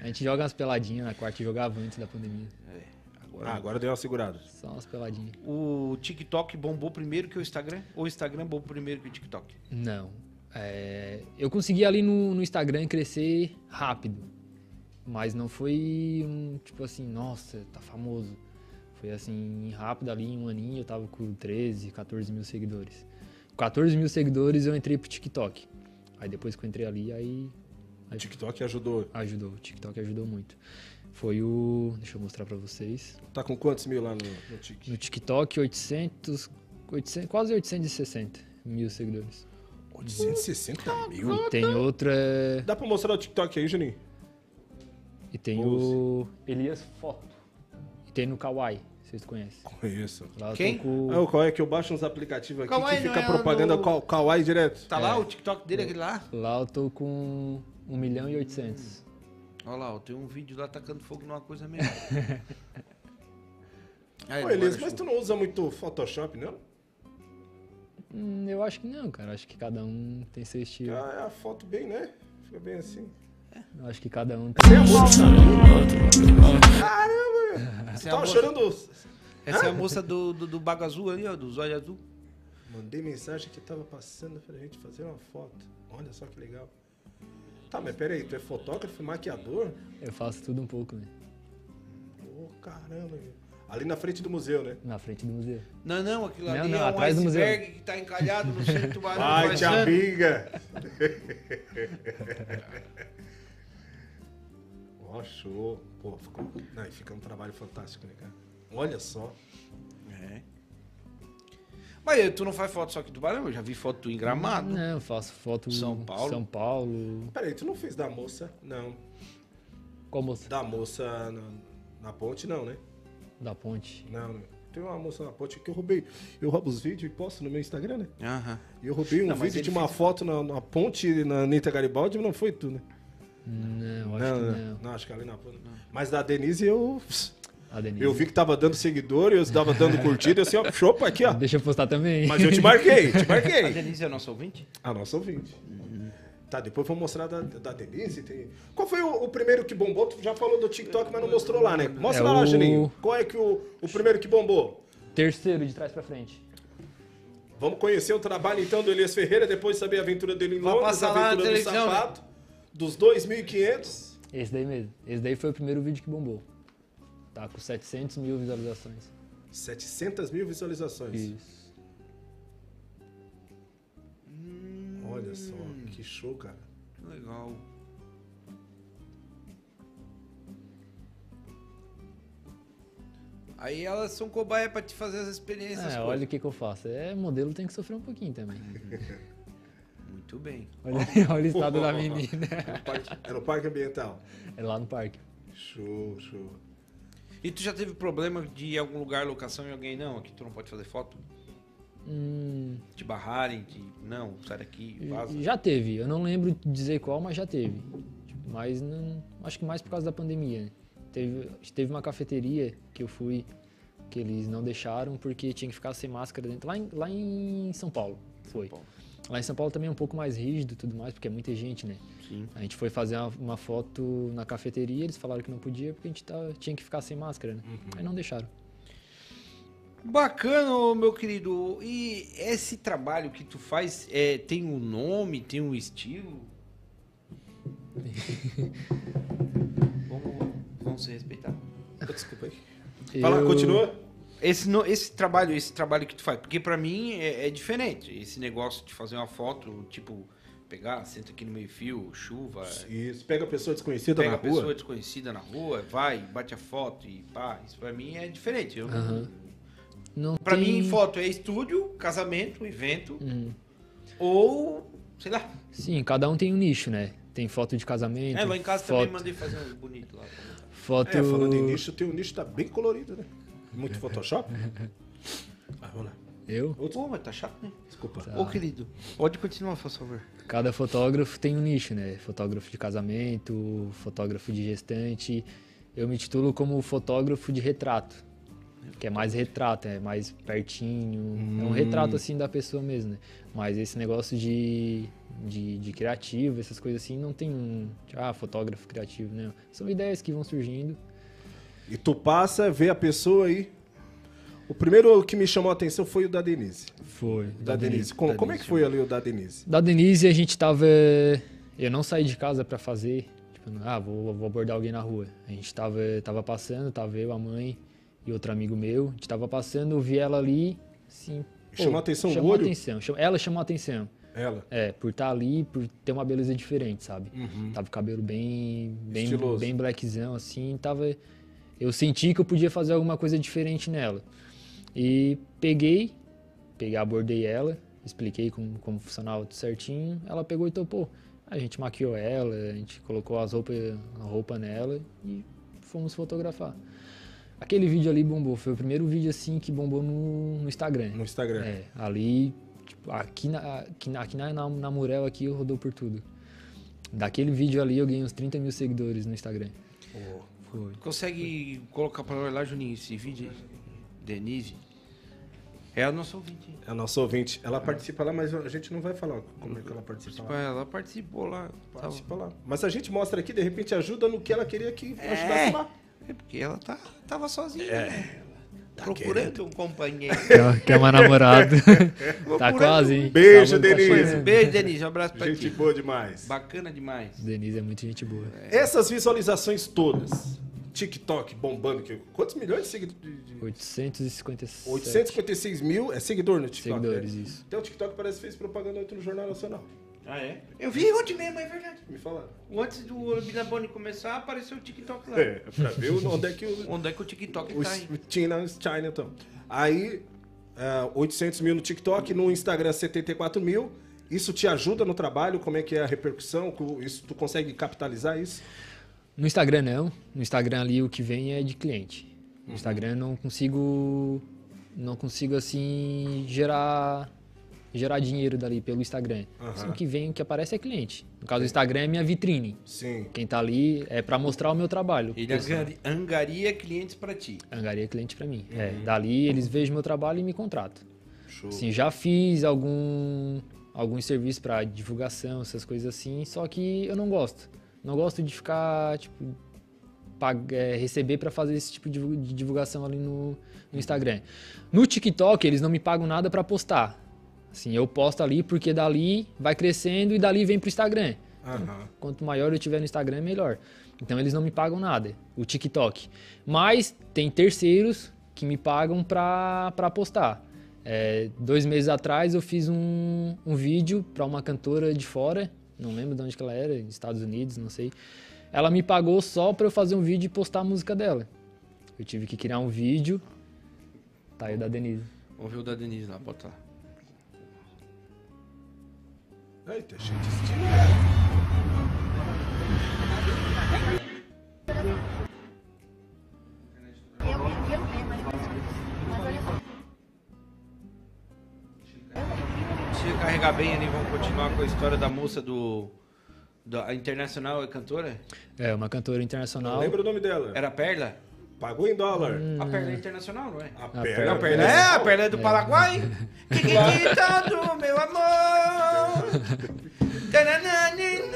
D: a gente joga umas peladinhas na quarta e jogava antes da pandemia.
B: Ah, agora deu uma segurada.
D: Só umas peladinhas.
C: O TikTok bombou primeiro que o Instagram? Ou o Instagram bombou primeiro que o TikTok?
D: Não. É, eu consegui ali no, no Instagram crescer rápido. Mas não foi um tipo assim, nossa, tá famoso. Foi assim, rápido ali, em um aninho eu tava com 13, 14 mil seguidores. 14 mil seguidores eu entrei pro TikTok. Aí depois que eu entrei ali, aí
B: O TikTok ajudou.
D: ajudou. O TikTok ajudou muito. Foi o. Deixa eu mostrar pra vocês.
B: Tá com quantos mil lá no, no Tik?
D: No TikTok, 800, 800 quase 860 mil seguidores.
C: Hum.
B: 860 mil?
D: E tem outra.
B: Dá pra mostrar o TikTok aí, Juninho?
D: E tem o. Elias Foto. E tem no Kawaii, vocês conhecem.
B: Conheço.
D: Lá eu
C: Quem?
D: tô com-
B: Ah, o Kawaii é que eu baixo uns aplicativos aqui
C: Kawaii
B: que
C: não
B: fica
C: é
B: propaganda
C: do-
B: do... Kawaii direto.
C: Tá
D: É.
C: lá o TikTok dele, aquele lá?
D: Lá eu tô com 1 milhão e 800.
C: Olha lá, ó, tem um vídeo lá tacando fogo numa coisa mesmo. Aí,
B: Ô, Elias, mas tu não usa muito Photoshop, não?
D: Hum, eu acho que não, cara. Acho que cada um tem seu estilo.
B: Ah, é a foto bem, né? Fica bem assim.
D: Eu acho que cada um tem.
B: Tem a moça. Caramba, meu.
C: Essa
B: Você
C: é a
B: tava
C: moça.
B: chorando.
C: Essa é a moça do, do, do bago azul ali, ó, do zóio azul.
B: Mandei mensagem que tava passando pra gente fazer uma foto. Olha só que legal. Tá, mas peraí, tu é fotógrafo, maquiador?
D: Eu faço tudo um pouco, né?
B: Ô, caramba, meu. Ali na frente do museu, né?
D: Na frente do museu.
C: Não, não, aquilo
D: Não,
C: ali
D: não,
C: é um
D: atrás do museu.
C: iceberg que tá encalhado no centro do tubarão.
B: Vai,
C: mas- é.
B: te amiga! Ó, show. Pô, ficou... Não, e fica um trabalho fantástico, né, cara? Olha só.
C: É. Mas tu não faz foto só aqui do tubarão? Eu já vi foto tu em gramado.
D: Não, eu faço foto.
C: Ah, São Paulo?
D: São Paulo.
B: Peraí, tu não fez da moça? Não.
D: Qual moça?
B: Da moça na, na ponte, não, né?
D: Da ponte.
B: Não, não. Tem uma moça na ponte que eu roubei. Eu roubo os vídeos e posto no meu Instagram, né?
C: Aham.
B: E eu roubei um
C: Não, mas
B: vídeo
C: ele
B: de uma foto na, na ponte na Anitta Garibaldi, mas não foi tu, né?
D: Não,
B: Não,
D: acho que
B: não,
D: não.
B: não, acho que ali na ponte. não. Mas da Denise eu.
D: A Denise.
B: Eu vi que tava dando seguidor, eu tava dando curtida, eu assim, ó, chopa aqui, ó.
D: Deixa eu postar também.
B: Mas eu te marquei, te
C: A
B: marquei.
C: Denise é nossa ouvinte?
B: A nossa ouvinte. Tá, depois vou mostrar da, da Denise. tem- Qual foi o, o primeiro que bombou? Tu já falou do TikTok, mas não mostrou lá, né? Mostra
D: É
B: lá,
D: o-
B: Juninho. Qual é que o, o primeiro que bombou?
D: Terceiro, de trás pra frente.
B: Vamos conhecer o trabalho então do Elias Ferreira, depois saber a aventura dele em
C: Vai
B: Londres,
C: passar
B: a
C: lá na
B: aventura do
C: televisão, né?
B: sapato, dos 2.500.
D: Esse daí mesmo. Esse daí foi o primeiro vídeo que bombou. Tá com 700 mil visualizações.
B: 700 mil visualizações.
D: Isso.
B: Olha só, que show, cara.
C: Que Legal. Aí elas são cobaia pra te fazer as experiências.
D: É,
C: pô.
D: olha o que, que eu faço. É, modelo tem que sofrer um pouquinho também.
C: Muito bem.
D: Olha, olha o estado da menina.
B: É no parque, é no parque ambiental.
D: É lá no parque.
B: Show, show.
C: E tu já teve problema de ir em algum lugar, locação e alguém, não, aqui tu não pode fazer foto?
D: Hum,
C: Te barrarem, de não, sai daqui, vaza.
D: já teve. Eu não lembro dizer qual, mas já teve. Tipo, Mas não- acho que mais por causa da pandemia. né? Teve, teve uma cafeteria que eu fui que eles não deixaram porque tinha que ficar sem máscara dentro. Lá em, lá em São Paulo. Foi.
C: Paulo.
D: Lá em São Paulo também é um pouco mais rígido e tudo mais, porque é muita gente, né?
C: Sim.
D: A gente foi fazer uma, uma foto na cafeteria, eles falaram que não podia porque a gente tava- tinha que ficar sem máscara, né?
C: Uhum.
D: Aí não deixaram.
C: Bacana, ô, meu querido. E esse trabalho que tu faz é, tem um nome, tem um estilo? vamos, vamos se respeitar.
B: Ah, Desculpa aí. Fala,
D: Eu-
B: continua.
C: Esse, no- esse trabalho, esse trabalho que tu faz, porque pra mim é, é diferente. Esse negócio de fazer uma foto, tipo, pegar, senta aqui no meio-fio, chuva,
B: Isso, pega pessoa desconhecida
C: pega
B: na
C: a pessoa
B: rua.
C: desconhecida na rua, vai, bate a foto e pá. Isso pra mim é diferente. Eu não-
D: Aham. Não
C: Pra
D: tem-
C: mim, foto é estúdio, casamento, evento
D: Uhum.
C: ou, sei lá,
D: Sim, cada um tem um nicho, né? Tem foto de casamento.
C: É, lá em casa
D: foto,
C: também mandei fazer um bonito lá.
D: Foto...
B: É, falando em nicho, o teu nicho tá bem colorido, né? Muito Photoshop? Mas vamos lá.
D: Eu?
C: Ô, mas tá chato, né?
B: Desculpa.
C: Ô, querido, pode continuar, por favor.
D: Cada fotógrafo tem um nicho, né? Fotógrafo de casamento, fotógrafo de gestante. Eu me titulo como fotógrafo de retrato, que é mais retrato, é mais pertinho. É um
B: Hum.
D: retrato assim da pessoa mesmo, né? Mas esse negócio de, de, de criativo, essas coisas assim, não tem um. Ah, fotógrafo criativo, né? São ideias que vão surgindo.
B: E tu passa, vê a pessoa aí. O primeiro que me chamou a atenção foi o da Denise.
D: Foi.
B: Da, Denise. Como, como é que foi ali o da Denise?
D: Da Denise, a gente tava. eh, Eu não saí de casa pra fazer. Tipo, ah, vou, vou abordar alguém na rua. A gente tava, tava passando, tava eu, a mãe e outro amigo meu. A gente tava passando, eu vi ela ali. Assim,
B: Chamou a atenção o
D: chamou
B: olho?
D: atenção. cham- Ela chamou a atenção.
B: Ela.
D: É, por estar ali, por ter uma beleza diferente, sabe? Tava com o cabelo bem. bem
B: Estiloso.
D: bem blackzão, assim. Tava. Eu senti que eu podia fazer alguma coisa diferente nela. E peguei, peguei, abordei ela, expliquei como, como funcionava tudo certinho. Ela pegou e topou. A gente maquiou ela, a gente colocou as roupas, a roupa nela e fomos fotografar. Aquele vídeo ali bombou, foi o primeiro vídeo assim que bombou no, no Instagram.
B: No Instagram.
D: É, ali, tipo, aqui na, aqui na, aqui na, na, na Murel aqui eu rodou por tudo. Daquele vídeo ali eu ganhei uns 30 mil seguidores no Instagram.
B: É.
D: Foi.
C: Consegue colocar pra nós lá, Juninho, esse vídeo? Denise? É a nossa ouvinte. hein?
B: É a nossa ouvinte. Ela participa lá, mas a gente não vai falar como é que ela participa tá
C: Tipo,
B: lá.
C: ela participou lá. tava-
B: Participa lá. Mas a gente mostra aqui, de repente ajuda no que ela queria que ajudasse
C: É,
B: lá.
C: é porque ela tá, tava sozinha, né? Procurando um companheiro.
B: é
D: Quer, quer uma namorada? tá
C: Procurando
D: quase, hein?
B: Beijo,
D: Sábado tá
B: Denise.
D: chegando.
C: Beijo, Denise. Um abraço pra
B: Gente
C: ti.
B: boa demais.
C: Bacana demais.
D: Denise é muito gente boa.
B: Essas visualizações todas. TikTok bombando. Que... Quantos milhões de seguidores?
D: 857
B: 856 mil é seguidor no TikTok.
D: seguidores,
B: né?
D: isso.
B: Então o TikTok parece que fez propaganda ontem no Jornal Nacional.
C: Ah, é? Eu vi ontem mesmo, é verdade.
B: Me falaram.
C: Antes do Olabinabone começar, apareceu o TikTok lá.
B: É, pra ver onde é que o,
C: Onde é que o TikTok
B: Os
C: tá, hein?
B: China, os China então. Aí, é, 800 mil no TikTok, no Instagram 74 mil. Isso te ajuda no trabalho? Como é que é a repercussão? Co- Isso, tu consegue capitalizar isso?
D: No Instagram não. No Instagram ali o que vem é de cliente. No Instagram eu não consigo não consigo assim gerar gerar dinheiro dali pelo Instagram. Assim, o que vem, o que aparece é cliente. No caso do Instagram é minha vitrine.
B: Sim.
D: Quem tá ali é pra mostrar o meu trabalho.
C: Ele é assim. angari- angaria clientes pra ti.
D: Angaria cliente pra mim. É, dali eles vejam meu trabalho e me contratam. Assim, já fiz algum alguns serviços pra divulgação, essas coisas assim, só que eu não gosto. Não gosto de ficar tipo pag- é, receber pra fazer esse tipo de divul- de divulgação ali no, no Instagram. No TikTok eles não me pagam nada pra postar. Assim, eu posto ali porque dali vai crescendo e dali vem pro Instagram.
B: Aham.
D: Quanto maior eu tiver no Instagram, melhor. Então eles não me pagam nada, o TikTok. Mas tem terceiros que me pagam pra, pra postar. É, dois meses atrás eu fiz um, um vídeo pra uma cantora de fora, não lembro de onde que ela era, dos Estados Unidos, não sei. Ela me pagou só pra eu fazer um vídeo e postar a música dela. Eu tive que criar um vídeo. Tá aí o da Denise.
C: Vamos ver o da Denise lá, bota lá.
B: Eita, gente, isso
F: Eu, eu vi, mas, mas olha só.
C: Se carregar bem ali, vamos continuar com a história da moça do... Da, a internacional é cantora?
D: É, uma cantora
B: não
D: internacional.
B: lembra o nome dela.
C: Era a Perla?
B: Pagou em dólar.
C: A Perla é internacional, não é?
B: A
D: Perla.
B: perna.
C: A Perla é, a Perla é do Paraguai. Quiquitita do meu amor.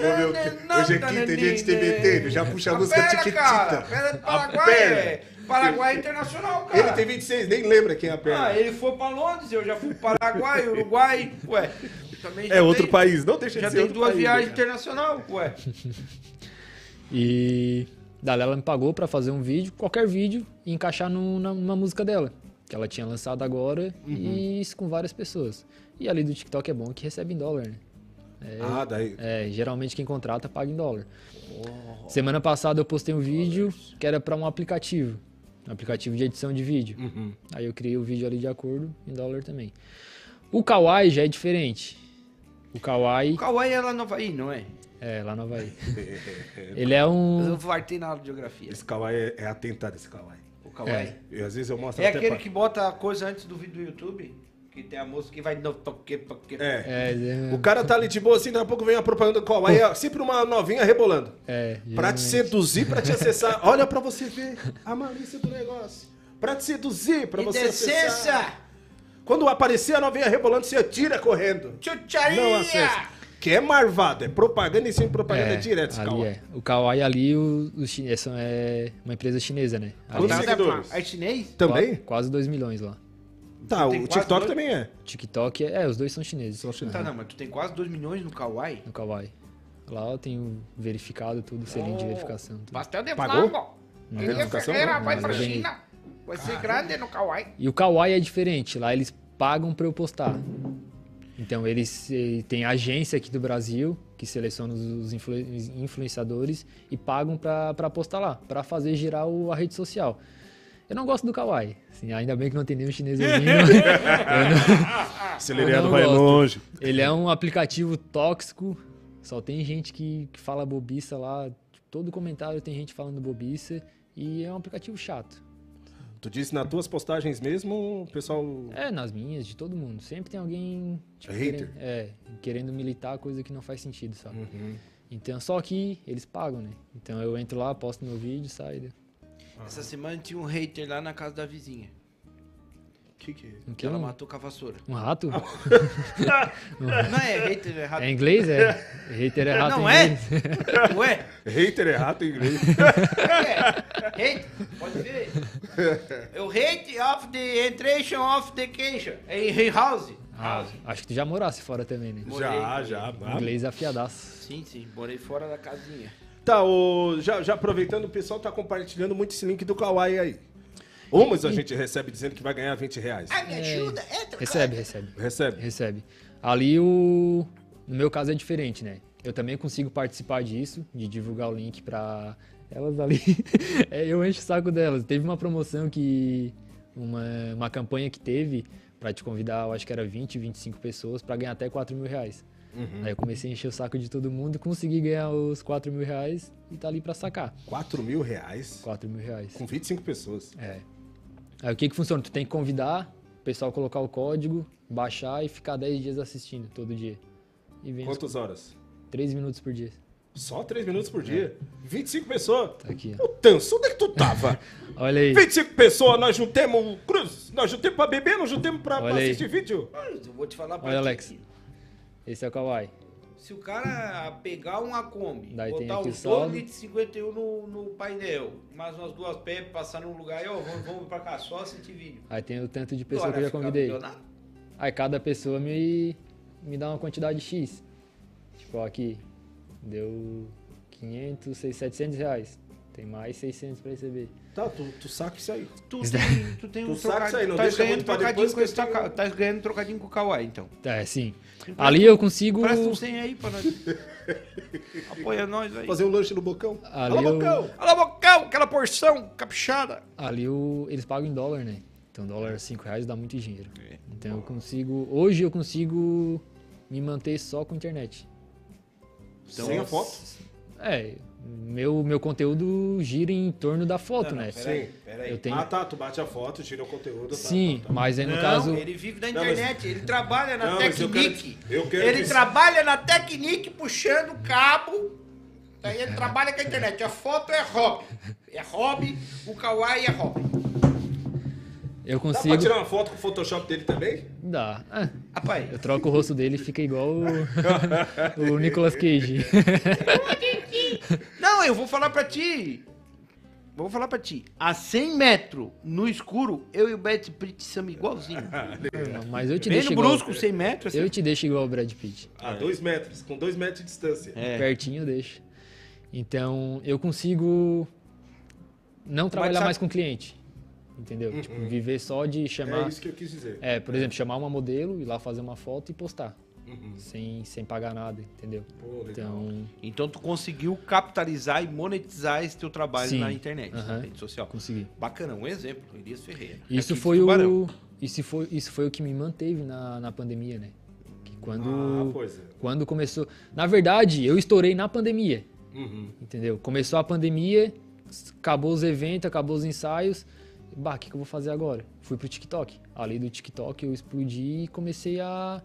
B: Meu, que- hoje aqui tem gente TBT, já puxa a é música
C: Perla, cara,
B: tiquitita.
C: Perla é do
B: A
C: Paraguai,
B: Perla.
C: é. Paraguai é internacional, cara.
B: Ele tem 26, nem lembra quem é a perna.
C: Ah, ele foi pra Londres, eu já fui pro Paraguai, Uruguai, ué. Também já
B: É outro
C: tem-
B: país, não deixa
C: Já
B: de ser
C: tem
B: outro
C: duas
B: país,
C: viagens
B: né?
C: internacional, ué.
D: E daí ela me pagou pra fazer um vídeo, qualquer vídeo, e encaixar no- na- numa música dela, que ela tinha lançado agora, e isso com várias pessoas. E ali do TikTok é bom que recebe em dólar, né?
B: Ah, daí.
D: É, geralmente quem contrata paga em dólar. Semana passada eu postei um vídeo que era pra um aplicativo, um aplicativo de edição de vídeo. Aí eu criei o vídeo ali de acordo em dólar também. O Kawaii já é diferente. O Kawaii
C: O Kauai é lá no Havaí, não é?
D: É, lá no Havaí. ele é um.
C: Eu vartei na aula de geografia.
B: Esse kawaii é- é atentado, esse kawaii.
C: O Kawaii.
B: E às vezes eu mostro
C: É,
B: É. até
C: aquele
B: pra-
C: que bota a coisa antes do vídeo do YouTube, que tem a moça que vai no toque, toque.
B: É.
D: É, ele é-
B: O cara tá ali de boa, assim, daqui a pouco vem a propaganda do kawaii, ó, sempre uma novinha rebolando.
D: é,
B: Pra
D: geralmente.
B: te seduzir, pra te acessar. Olha pra você ver a malícia do negócio. Pra te seduzir, pra você acessar.
C: Indecência!
B: Quando aparecer a novinha rebolando, você atira correndo. Não acessa.
C: Chucharia!
B: Que é marvado, é propaganda em cima de propaganda
D: É,
B: direto, esse
D: ali
B: kawaii.
D: é. O Kawaii ali, o- os chineses são, é uma empresa chinesa, né? Ali,
B: Quantos seguidores?
C: É chinês?
B: Também?
D: qua- Quase 2 milhões lá.
B: Tá,
C: Tem
B: o
C: quase
B: TikTok
C: dois-
B: também é.
D: TikTok, é, é, os dois são chineses. São
C: Tá, não, mas tu tem quase 2 milhões no Kawaii.
D: No Kawaii. Lá eu tenho verificado tudo, selinho de
C: Oh,
D: verificação. Tudo.
C: Pastel de
B: Pagou?
C: flango.
B: A verificação?
C: Ferreira
D: não,
C: vai
D: mas
C: pra
D: eu ganhei.
C: China. Vai ser grande no Kawaii.
D: E o Kawaii é diferente, lá eles pagam pra eu postar. Então eles eh, têm a agência aqui do Brasil que seleciona os- os influ- os influenciadores e pagam pra pra postar lá, pra fazer girar o- a rede social. Eu não gosto do Kawaii. Assim, ainda bem que não tem nenhum chinês ouvindo. Eu não-
B: Acelerado
D: Eu Ah, não
B: vai
D: gosto.
B: longe.
D: Ele é um aplicativo tóxico. Só tem gente que, que fala bobiça lá. Todo comentário tem gente falando bobiça. E é um aplicativo chato.
B: Tu disse nas tuas postagens mesmo, o pessoal.
D: É, nas minhas, de todo mundo. Sempre tem alguém. tipo,
B: Hater.
D: Querendo, é, querendo militar coisa que não faz sentido, sabe? Então, só que eles pagam, né? Então eu entro lá, posto meu vídeo, saio.
C: Essa semana tinha um hater lá na casa da vizinha.
B: Que que é?
D: Não
C: Que
D: quero
C: ela
D: um,
C: matou com a vassoura.
D: um rato?
C: Não é hater, é rato.
D: Uhum. É inglês? É. Hater é rato
C: Não
D: em
C: é?
D: inglês.
C: Ué?
B: Hater é rato em inglês.
C: É. Hate. Pode ver. Eu hate of the entration of the cation. É em house.
D: Ah,
C: House.
D: acho que tu já morasse fora também, né?
C: Morei.
B: já, já. brabo.
D: Inglês afiadaço.
C: Sim, sim. Morei fora da casinha.
B: Tá, o, já, já aproveitando, o pessoal tá compartilhando muito esse link do Kawaii aí. Umas a gente recebe dizendo que vai ganhar 20 reais.
D: É
C: me ajuda.
D: Recebe, recebe.
B: Recebe.
D: Recebe. Ali o. No meu caso é diferente, né? Eu também consigo participar disso, de divulgar o link pra elas ali. É, eu encho o saco delas. Teve uma promoção que. Uma, uma campanha que teve pra te convidar, eu acho que era 20, 25 pessoas, pra ganhar até 4 mil reais. Aí eu comecei a encher o saco de todo mundo, consegui ganhar os 4 mil reais e tá ali pra sacar.
B: 4 mil reais
D: 4 mil reais.
B: com 25 pessoas.
D: É. Aí o que que funciona? Tu tem que convidar o pessoal colocar o código, baixar e ficar 10 dias assistindo todo dia. E vem
B: Quantas horas?
D: 3 minutos por dia.
B: Só 3 minutos por dia. 25 pessoas.
D: Tá aqui, ó.
B: Ô, Tanso, onde é que tu tava?
D: Olha aí.
B: 25 pessoas, nós juntemos cruz, nós juntemos pra beber, nós juntemos pra, pra
D: Olha aí.
B: assistir vídeo.
C: Eu vou te falar pra
D: Olha,
C: ti
D: Alex.
C: que
D: Esse é o Kawaii.
C: Se o cara pegar uma Kombi,
D: Daí tem
C: botar um
D: aqui
C: uns
D: o saldo.
C: 2 litros e 51 no, no painel, mais umas duas pepas, passar num lugar e ó, vamos, vamos pra cá só assistir vídeo.
D: Aí tem o tanto de pessoa
C: Olha,
D: que eu já
C: ficar
D: convidei.
C: milionário.
D: Aí cada pessoa me, me dá uma quantidade X. Tipo, ó, aqui. Deu 500, 600, 700 reais. Tem mais 600 pra receber.
B: Tá, tu, tu saca isso aí.
C: Tu tem, tu tem
B: Tu
C: um
B: saca isso aí, não
C: trocadinho. Tá
B: deixa muito
C: ganhando
B: pra depois
C: trocadinho com
B: que
C: esse
B: eu tenho-
C: taca- tá ganhando trocadinho com o Kawaii, então.
D: Tá, é sim. Ali eu consigo.
C: Presta um 100 aí pra nós. Apoia nós aí.
B: Fazer um lanche no bocão.
D: Ali
B: Alô,
D: eu-
B: bocão!
C: Alô, bocão, aquela porção caprichada.
D: Ali o- eles pagam em dólar, né? Então
B: É.
D: dólar 5 reais dá muito dinheiro. Então eu consigo. Hoje eu consigo me manter só com internet.
B: Sem
D: Então,
B: a foto.
D: É, meu, meu conteúdo gira em torno da foto, né?
B: Sim.
D: Eu tenho.
B: Ah, tá, tu bate a foto, tira o conteúdo. tá,
D: Sim,
B: tá, tá.
D: mas aí no
C: Não,
D: caso.
C: ele vive da
B: mas-
C: internet, ele trabalha na
B: Não, mas eu quero-
C: Technic.
B: eu quero
C: ele
B: que-
C: trabalha na Technic puxando cabo. Daí ele trabalha com a internet. A foto é hobby. É hobby, o kawaii é hobby.
D: Eu
B: Dá pra
D: consigo.
B: tirar uma foto com o Photoshop dele também?
D: Dá. Ah,
C: Rapaz,
D: eu troco o rosto dele e fica igual o, o Nicolas Cage.
C: não, eu vou falar pra ti. Vou falar pra ti. A 100 metros, no escuro, eu e o Bad Pitt somos igualzinhos.
D: mas eu te
C: Bem
D: deixo
C: no
D: igual.
C: brusco, assim. 100 metros.
D: Eu te deixo igual o Brad Pitt.
B: A Ah, dois metros, com dois metros de distância.
C: É.
D: Pertinho eu deixo. Então eu consigo não trabalhar
C: sabe-
D: mais com cliente. Entendeu? Tipo, viver só de chamar.
B: Uhum. É isso que eu quis dizer.
D: É, por exemplo, chamar uma modelo, ir lá fazer uma foto e postar. Sem, sem pagar nada, entendeu?
B: Uhum. Pô, legal. É
D: Então,
C: Então tu conseguiu capitalizar e monetizar esse teu trabalho
D: Sim.
C: na internet, na
D: Aham.
C: rede social.
D: consegui.
C: Bacana, um exemplo, Elias Ferreira.
D: Isso
C: Aqui de
D: foi,
C: Tubarão.
D: o, isso, foi, isso foi o que me manteve na, na pandemia, né? Que Quando,
B: Ah, pois é.
D: quando começou. Na verdade, eu estourei na pandemia.
B: Uhum.
D: Entendeu? Começou a pandemia, s- acabou os eventos, acabou os ensaios. Bah, o que, que eu vou fazer agora? Fui pro TikTok. Além do TikTok, eu explodi e comecei a.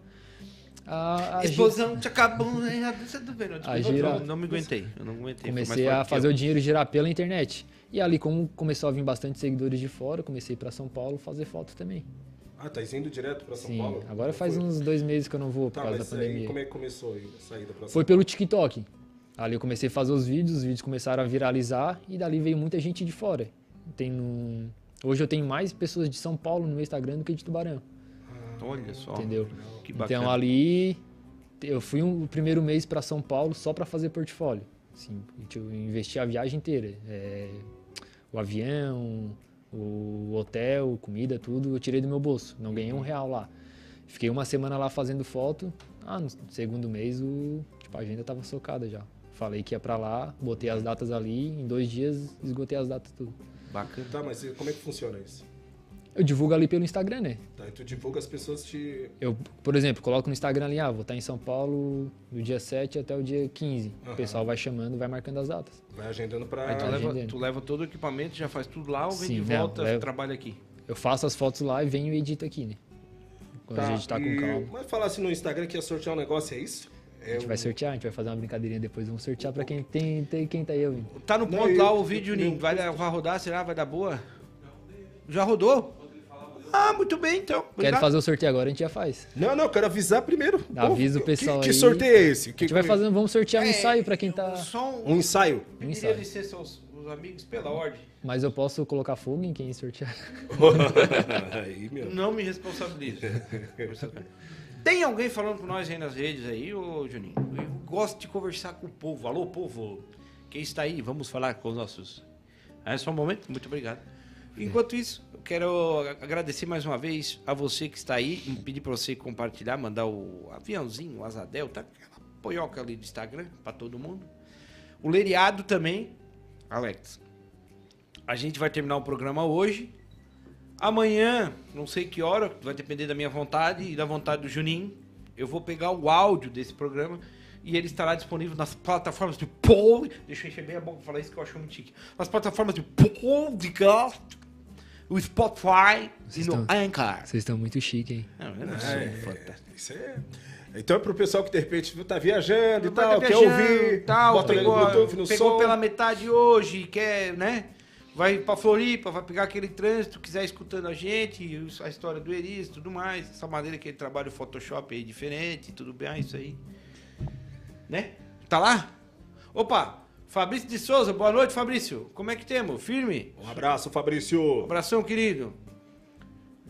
D: a, a gi-
C: Explosão, te acabou, né? A dança do verão.
D: A
C: Desculpa,
D: girar.
C: eu não- Não me aguentei. Eu não aguentei.
D: Comecei a fazer o dinheiro girar pela internet. E ali, como começou a vir bastante seguidores de fora, eu comecei para São Paulo fazer foto também.
B: Ah, tá indo direto pra São
D: Sim,
B: Paulo?
D: agora faz
B: Foi.
D: uns dois meses que eu não vou por
B: Tá,
D: causa da
B: mas aí,
D: pandemia.
B: como é que começou aí a saída pra São
D: Foi
B: Paulo?
D: pelo TikTok. Ali eu comecei a fazer os vídeos, os vídeos começaram a viralizar e dali veio muita gente de fora. Tem no- Hoje eu tenho mais pessoas de São Paulo no meu Instagram do que de Tubarão,
C: Olha só.
D: entendeu?
C: Que bacana.
D: Então ali eu fui um- o primeiro mês para São Paulo só para fazer portfólio. Assim, eu investi a viagem inteira. É, O avião, o hotel, comida, tudo, eu tirei do meu bolso. Não ganhei um real lá. Fiquei uma semana lá fazendo foto. Ah, no segundo mês o, tipo, a agenda tava socada já. Falei que ia pra lá, botei as datas ali, em dois dias esgotei as datas tudo.
C: Bacana.
B: Tá, mas e como é que funciona isso?
D: Eu divulgo ali pelo Instagram, né?
B: Tá, e tu divulga as pessoas te...
D: Eu, por exemplo, coloco no Instagram ali, ah, vou estar em São Paulo do dia 7 até o dia 15.
B: Aham.
D: O pessoal vai chamando, vai marcando as datas.
B: Vai agendando
C: Aí Então, tu
B: pra...
D: Tá agenda.
C: leva, tu leva todo o equipamento, já faz tudo lá ou vem
D: Sim,
C: de
D: não,
C: volta,
D: levo-
C: trabalha aqui?
D: Eu faço as fotos lá e venho e edito aqui, né? Quando a gente tá com
B: e-
D: calma.
B: Mas falasse no Instagram que ia sortear um negócio, é isso?
D: A gente vai sortear, a gente vai fazer uma brincadeirinha depois, vamos sortear pra quem tem, tem quem tá aí ouvindo.
C: Tá no
B: Não,
C: ponto
B: eu-
C: lá
B: eu-
C: o vídeo,
B: meu
C: Ninho. Vai, dar- vai rodar, será? Vai dar boa? Já rodou? Ah, muito bem, então.
D: Quero
B: é.
C: Obrigado.
D: fazer o sorteio agora, a gente já faz.
B: Não, não, eu quero avisar primeiro.
D: Avisa o pessoal
B: que, Que
D: aí.
B: sorteio é esse?
D: A
B: Que,
D: gente vai fazendo, vamos sortear um
C: É,
D: ensaio pra quem tá.
C: Só um...
B: Um ensaio.
C: Pediria
D: ensaio.
C: licença aos, aos amigos pela ordem.
D: Mas eu posso colocar fogo em quem sortear.
B: aí, meu.
C: Não me responsabilizo. Tem alguém falando com nós aí nas redes aí, ô Juninho? Eu gosto de conversar com o povo. Alô, povo. Quem está aí? Vamos falar com os nossos. É só um momento? Muito obrigado. Enquanto isso, eu quero a- agradecer mais uma vez a você que está aí e pedir para você compartilhar, mandar o aviãozinho, o asa delta, aquela poioca ali do Instagram para todo mundo. O Leriado também. Alex, a gente vai terminar o programa hoje. Amanhã, não sei que hora, vai depender da minha vontade e da vontade do Juninho. Eu vou pegar o áudio desse programa e ele estará disponível nas plataformas de pod. Deixa eu encher bem a boca pra falar isso que eu acho muito chique. Nas plataformas de podcast, o Spotify
D: Vocês
C: e no
D: estão-
C: Anchor.
D: Vocês estão muito chique, hein?
C: Não, eu não sou um tá? fantástico.
B: É, Isso é... Então é pro pessoal que de repente tá viajando e
C: Vai
B: tal,
C: tá
B: quer
C: viajando,
B: ouvir,
C: tal,
B: bota
C: pegou,
B: no Bluetooth, no
C: pegou
B: som.
C: pela metade hoje, quer, né? Vai pra Floripa, vai pegar aquele trânsito, quiser escutando a gente, a história do Eris, tudo mais, essa maneira que ele trabalha o Photoshop aí diferente, tudo bem, é isso aí. Né? Tá lá? Opa, Fabrício de Souza, boa noite, Fabrício. Como é que temos? Firme?
B: Um abraço, Fabrício.
C: Abração, querido.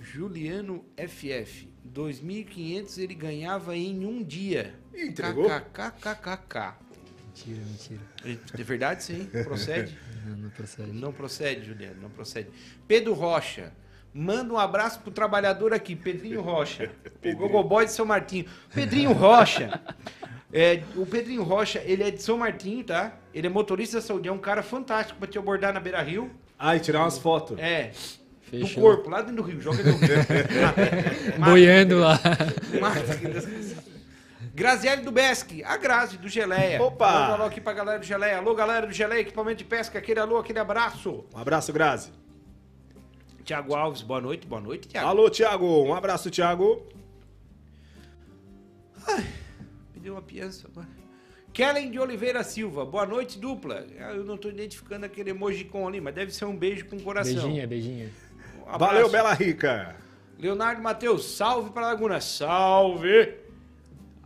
C: Juliano FF. 2.500 ele ganhava em um dia.
B: Ih, entregou?
C: KKKKKK.
D: Mentira, mentira.
C: É verdade, sim. Procede?
D: Não, não procede.
C: não procede, Juliano, não procede. Pedro Rocha. Manda um abraço pro trabalhador aqui, Pedrinho Rocha. o Gogoboy de São Martinho. Pedrinho Rocha. é, o Pedrinho Rocha, ele é de São Martinho, tá? Ele é motorista da saúde, é um cara fantástico pra te abordar na beira rio.
B: Ai, tirar umas fotos.
C: É.
D: Fechou.
C: Do corpo, lá dentro do rio, joga no rio.
D: Boiando lá.
C: Graziele do Besc, a Grazi do Geleia.
B: Opa!
C: Manda um alô aqui pra galera do Geleia. Alô, galera do Geleia, equipamento de pesca, aquele alô, aquele abraço.
B: Um abraço, Grazi.
C: Tiago Alves, boa noite, boa noite, Tiago.
B: Alô, Thiago. Um abraço, Thiago.
C: Me deu uma piança agora. Kellen de Oliveira Silva, boa noite, dupla. Ah, Eu não tô identificando aquele emoji com ali, mas deve ser um beijo com coração.
D: Beijinha, beijinha.
C: Um abraço.
B: Valeu, Bela Rica.
C: Leonardo Matheus, salve pra Laguna. Salve!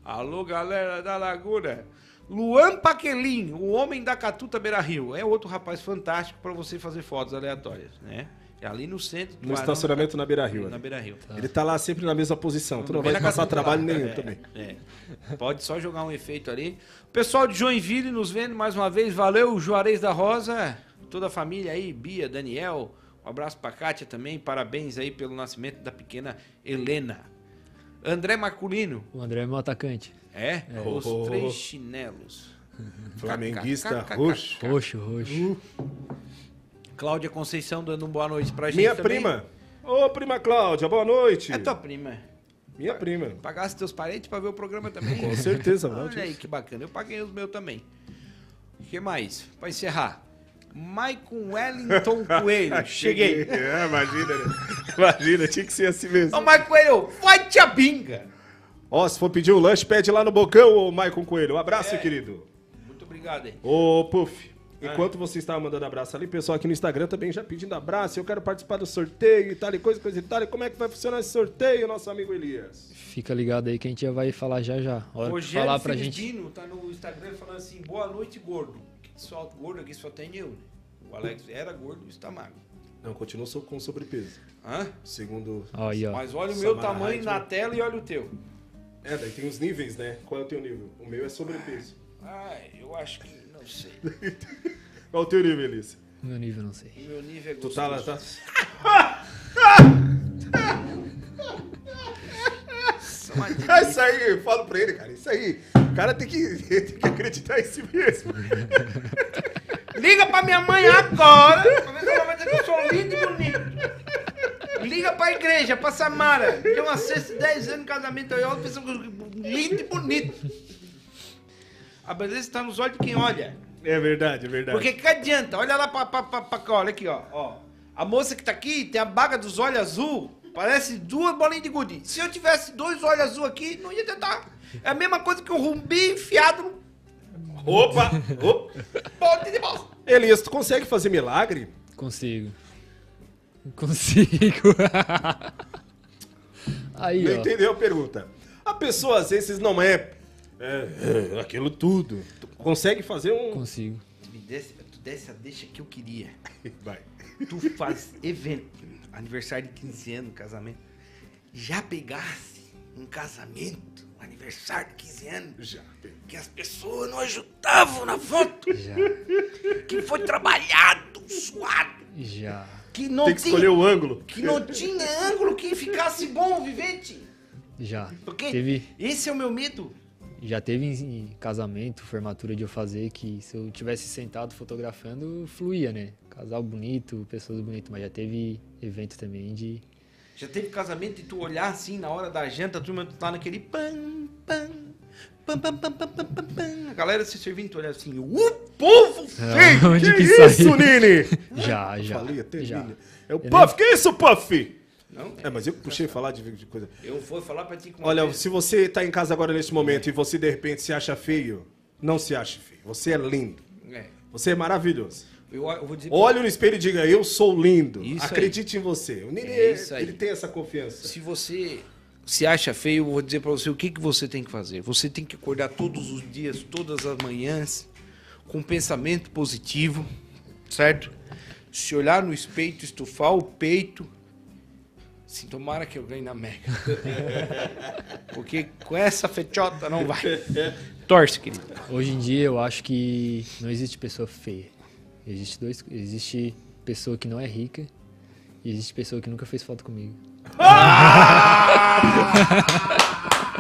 C: Alô, galera da Laguna. Luan Paquelin, o homem da Catuta Beira Rio. É outro rapaz fantástico pra você fazer fotos aleatórias, né? É ali no centro do
B: No
C: Arão,
B: estacionamento na Beira Rio.
C: na Beira Rio.
B: Ele tá lá sempre na mesma posição. Tu não vai
C: Beira
B: passar
C: Catuta
B: trabalho
C: lá.
B: nenhum
C: É,
B: também.
C: é. Pode só jogar um efeito ali. Pessoal de Joinville nos vendo mais uma vez. Valeu, Juarez da Rosa, toda a família aí, Bia, Daniel. Um abraço pra Kátia também. Parabéns aí pelo nascimento da pequena Helena. André Marculino,
D: O André é meu atacante.
C: é? Os
B: Oh.
C: três chinelos.
B: Flamenguista
C: Kkk.
B: roxo.
D: Roxo, roxo.
C: Cláudia Conceição dando uma boa noite pra gente
B: Minha
C: também.
B: prima. Ô, prima Cláudia, boa noite.
C: É tua prima.
B: Minha prima.
E: Pagasse teus parentes pra ver o programa também.
B: Com certeza, não,
E: Olha aí que bacana. Eu paguei os meus também. O que mais? Pra encerrar. Maicon Wellington Coelho. Cheguei.
B: Ah, É, imagina, né? Imagina, tinha que ser assim mesmo.
E: Ô, Maicon Coelho, vai-te a binga.
B: Ó, se for pedir um lanche, pede lá no Bocão, ô Maicon Coelho. Um abraço, querido.
C: Muito obrigado, hein?
B: Ô, Puff, enquanto você estava mandando abraço ali, pessoal aqui no Instagram também já pedindo abraço. Eu quero participar do sorteio e tal, e coisa, coisa e tal. E como é que vai funcionar esse sorteio, nosso amigo Elias?
D: Fica ligado aí que a gente já vai falar já já. A Hora que
C: Rogério
D: falar pra gente.
C: Felidino tá no Instagram falando assim, boa noite, gordo. Que Só gordo aqui só tem eu, né? O Alex era gordo e está magro.
B: Não, continua so- com sobrepeso.
C: Hã?
B: Segundo.
D: Aí, ó.
C: Mas olha o
B: Samara
C: meu tamanho
B: Hyde,
C: na
B: né?
C: tela e olha o teu.
B: É, daí tem os níveis, né? Qual é o teu nível? O meu é sobrepeso.
C: Ah, eu acho que não sei.
B: Qual é o teu nível, Elias?
D: Meu nível, não sei.
C: Meu nível é
B: Tu
C: gostoso.
B: tá lá, tá? Ah, isso aí, eu falo pra ele, cara. Isso aí. O cara tem que, tem que acreditar em si mesmo.
C: Liga pra minha mãe agora! pra ver se ela vai dizer que eu sou um lindo e bonito. Liga pra igreja, pra Samara. Tem uma sexta, 10 anos de casamento, eu olho e penso que eu sou lindo e bonito. A beleza está nos olhos de quem olha.
B: É verdade, é verdade.
C: Porque que adianta? Olha lá pra, pra, pra, pra cá, olha aqui, ó. ó. A moça que tá aqui tem a baga dos olhos azul, parece duas bolinhas de gude. Se eu tivesse dois olhos azul aqui, não ia tentar. É a mesma coisa que um rumbi enfiado no
B: Opa! Opa!
C: pote de bola.
B: Elias, tu consegue fazer milagre?
D: Consigo. Consigo. aí,
B: Não
D: ó.
B: entendeu a pergunta. A pessoa, às vezes, não é, é, é, aquilo tudo. Tu consegue fazer um...
D: Consigo.
C: Tu me desse, tu desse a deixa que eu queria.
B: Vai.
C: Tu faz evento, aniversário de 15 anos, casamento. Já pegasse um casamento, um aniversário de 15 anos,
B: Já.
C: que as pessoas não ajudavam na foto.
D: Já.
C: que foi trabalhado, suado,
D: Já.
C: que não
B: Tem que
C: tinha,
B: escolher o ângulo.
C: que não tinha ângulo que ficasse bom o vivente.
D: Já.
C: Porque
D: Teve,
C: esse é o meu medo.
D: já teve em em casamento, formatura de eu fazer que se eu tivesse sentado fotografando, fluía, né? Casal bonito, pessoas bonitas, mas já teve evento também de.
C: Já teve casamento e tu olhar assim na hora da janta, a turma tá naquele pam, pam, pam, pam, pam, pam, pam, pam, pam. A galera se servindo, tu olhar assim, o povo
B: É.
C: feio!
D: É, Onde
B: Que,
D: que
B: isso,
D: saiu?
B: Nini?
D: Já,
B: Eu
D: já.
B: Falei até,
D: já.
B: Nini. É o
D: Eu
B: Puff. Que isso, Puff?
C: Não,
B: É, mas eu que puxei falar de, de coisa.
C: eu vou falar pra ti é. com
B: Olha, se você tá em casa agora neste momento e você, de repente, se acha feio, não se ache feio. Você é lindo.
C: É,
B: Você é maravilhoso.
C: eu, eu vou dizer pra
B: Olhe no espelho e diga, eu sou lindo.
C: Isso aí.
B: Acredite em você. O Nini,
C: É isso aí.
B: ele tem essa confiança.
C: Se você se acha feio, eu vou dizer pra você o que, que você tem que fazer. Você tem que acordar todos os dias, todas as manhãs, com um pensamento positivo, certo? Se olhar no espelho, estufar o peito. Sim, tomara que eu ganhe na Mega. Porque com essa fechota não vai. Torce, querido.
D: Hoje em dia eu acho que não existe pessoa feia. Existe dois. Existe pessoa que não é rica e existe pessoa que nunca fez foto comigo.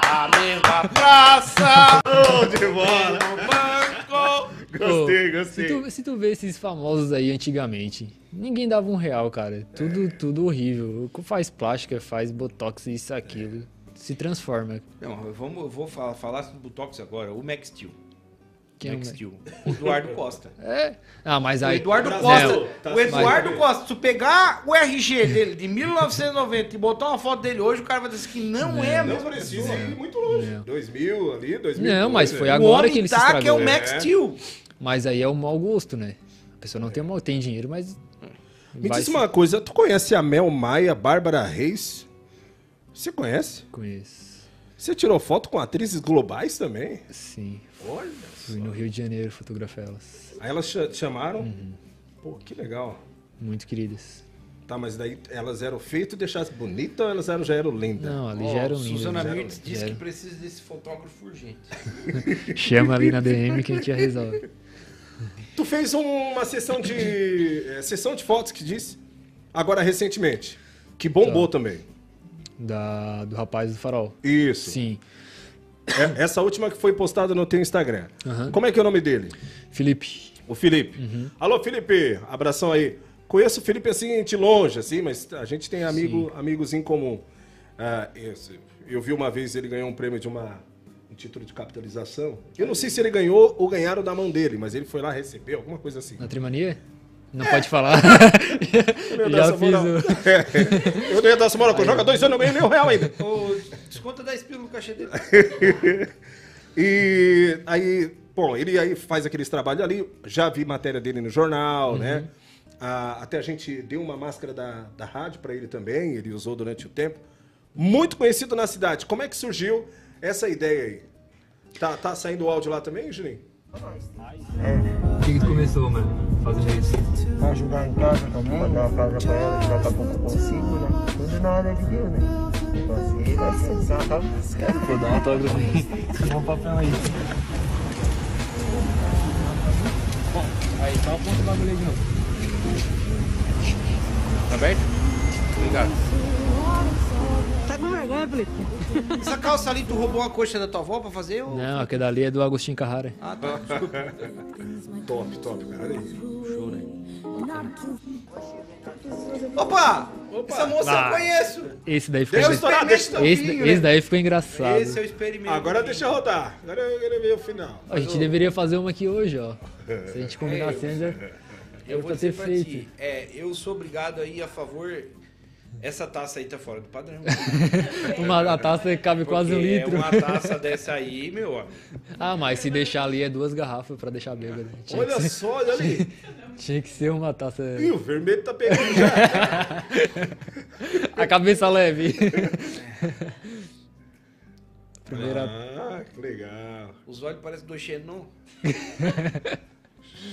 C: A mesma praça,
B: Show de bola!
C: banco.
B: Gostei,
D: Pô,
B: gostei.
D: Se tu, se tu vê esses famosos aí antigamente, ninguém dava um real, cara.
B: É.
D: Tudo, tudo horrível. Faz plástica, faz botox, isso,
B: É.
D: aquilo. Se transforma.
C: Não, eu vou, eu vou falar, falar sobre o Botox agora. O Max Steel.
D: Quem é o
C: Max
D: Max?
C: Steel. Eduardo Costa.
D: É. Ah, mas
C: O
D: aí.
C: Eduardo
B: Brasil,
C: Costa.
B: tá
C: o Eduardo
B: certo.
C: Costa, se tu pegar o RG dele de 1990 e botar uma foto dele hoje, o cara vai dizer que não, é a
B: Não
C: mesma
B: precisa
C: pessoa. É.
B: ir muito longe.
D: Não.
B: 2000 ali, 2000.
D: Não, mas foi
C: O
D: Agora
C: homem
D: que ele se
C: tá que é o
D: estragou.
C: Max
B: É.
C: Steel.
D: Mas aí é o mau gosto, né? A pessoa não tem, o mau- tem dinheiro, mas.
B: Me
D: vai
B: diz
D: se-
B: uma coisa, tu conhece a Mel Maia, Bárbara Reis? Você conhece?
D: Conheço.
B: Você tirou foto com atrizes globais também?
D: Sim.
B: Olha
D: Fui no Rio de Janeiro fotografar elas.
B: Aí elas cha- te chamaram.
C: Uhum.
B: Pô, que legal.
D: Muito queridas.
B: Tá, mas daí elas eram feitas, deixasse bonita ou elas eram, já eram lindas?
D: Não, ali
C: Ó,
D: já eram
C: Suzana
D: lindas.
C: Mirtz disse
D: Já
C: que
D: eram.
C: precisa desse fotógrafo urgente.
D: Chama ali na DM que a gente já resolve.
B: Tu fez uma sessão de. é, sessão de fotos que disse? Agora recentemente. Que bombou
D: Tá.
B: também.
D: Da, do rapaz do farol.
B: Isso.
D: Sim.
B: É- essa última que foi postada no teu Instagram.
D: Aham.
B: Como é que é o nome dele?
D: Felipe.
B: O Felipe.
D: Uhum.
B: Alô, Felipe. Abração aí. Conheço o Felipe assim de longe, assim, mas a gente tem amigo, amigos em comum. Ah, esse- eu vi uma vez ele ganhou um prêmio de uma, um título de capitalização. Eu não sei se ele ganhou ou ganharam da mão dele, mas ele foi lá receber, alguma coisa assim.
D: Na trimania?
C: É.
D: Não pode falar.
B: Eu não ia dar
D: Já
B: essa moral.
D: fiz
C: um-
D: o...
B: Eu não ia dar essa moral, que eu jogo há dois anos, eu não ganho nenhum real ainda.
C: Ô, desconta 10 pila no cachê dele.
B: E aí, bom, ele aí faz aqueles trabalhos ali, já vi matéria dele no jornal,
C: Uhum.
B: né? Ah, até a gente deu uma máscara da, da rádio para ele também, ele usou durante o tempo. Muito conhecido na cidade. Como é que surgiu essa ideia aí? Tá, tá saindo o áudio lá também, Juninho?
D: O que, que tu começou, mano? Fazendo isso.
G: pra ajudar em casa também, pra dar uma casa pra ela, que ela tá pouco consigo, né? Tudo na área de Deus, né? Então assim, vai sentar, tá? Esquece.
D: Vou dar um autógrafo. Dá um papel aí. Bom, aí só aponta o bagulho aí de novo.
C: Tá aberto? Obrigado. Essa calça ali, tu roubou uma coxa da tua avó pra fazer? Ou...
D: Não, aquele ali é do Agostinho Carrara.
C: Ah, tá. Desculpa.
B: Top, top, cara. Olha aí.
C: Opa! Essa moça
D: Ah.
C: eu conheço.
D: Esse daí ficou.
B: Deixa eu
D: engra-
B: estourar, deixa eu estourar.
D: Esse, esse daí ficou engraçado.
C: né? Esse é o experimento.
B: né? Agora deixa rodar. Agora eu quero ver o final.
D: Ó, A gente deveria fazer uma aqui hoje, ó. Se a gente combinar a Sender.
C: É. Eu vou
D: Tá
C: dizer pra ti,
D: perfeito.
C: é, eu sou obrigado aí a favor. Essa taça aí tá fora do padrão.
D: Uma a taça cabe quase um
C: Porque
D: litro.
C: É uma taça dessa aí, meu amigo.
D: Ah, mas se deixar ali é duas garrafas pra deixar bêbado. Tinha,
B: Olha só, olha ali.
D: tinha que ser uma taça.
B: Ih, o vermelho tá pegando já.
D: A cabeça leve. Primeira.
B: Ah, que legal.
C: Os olhos parecem do Xenon.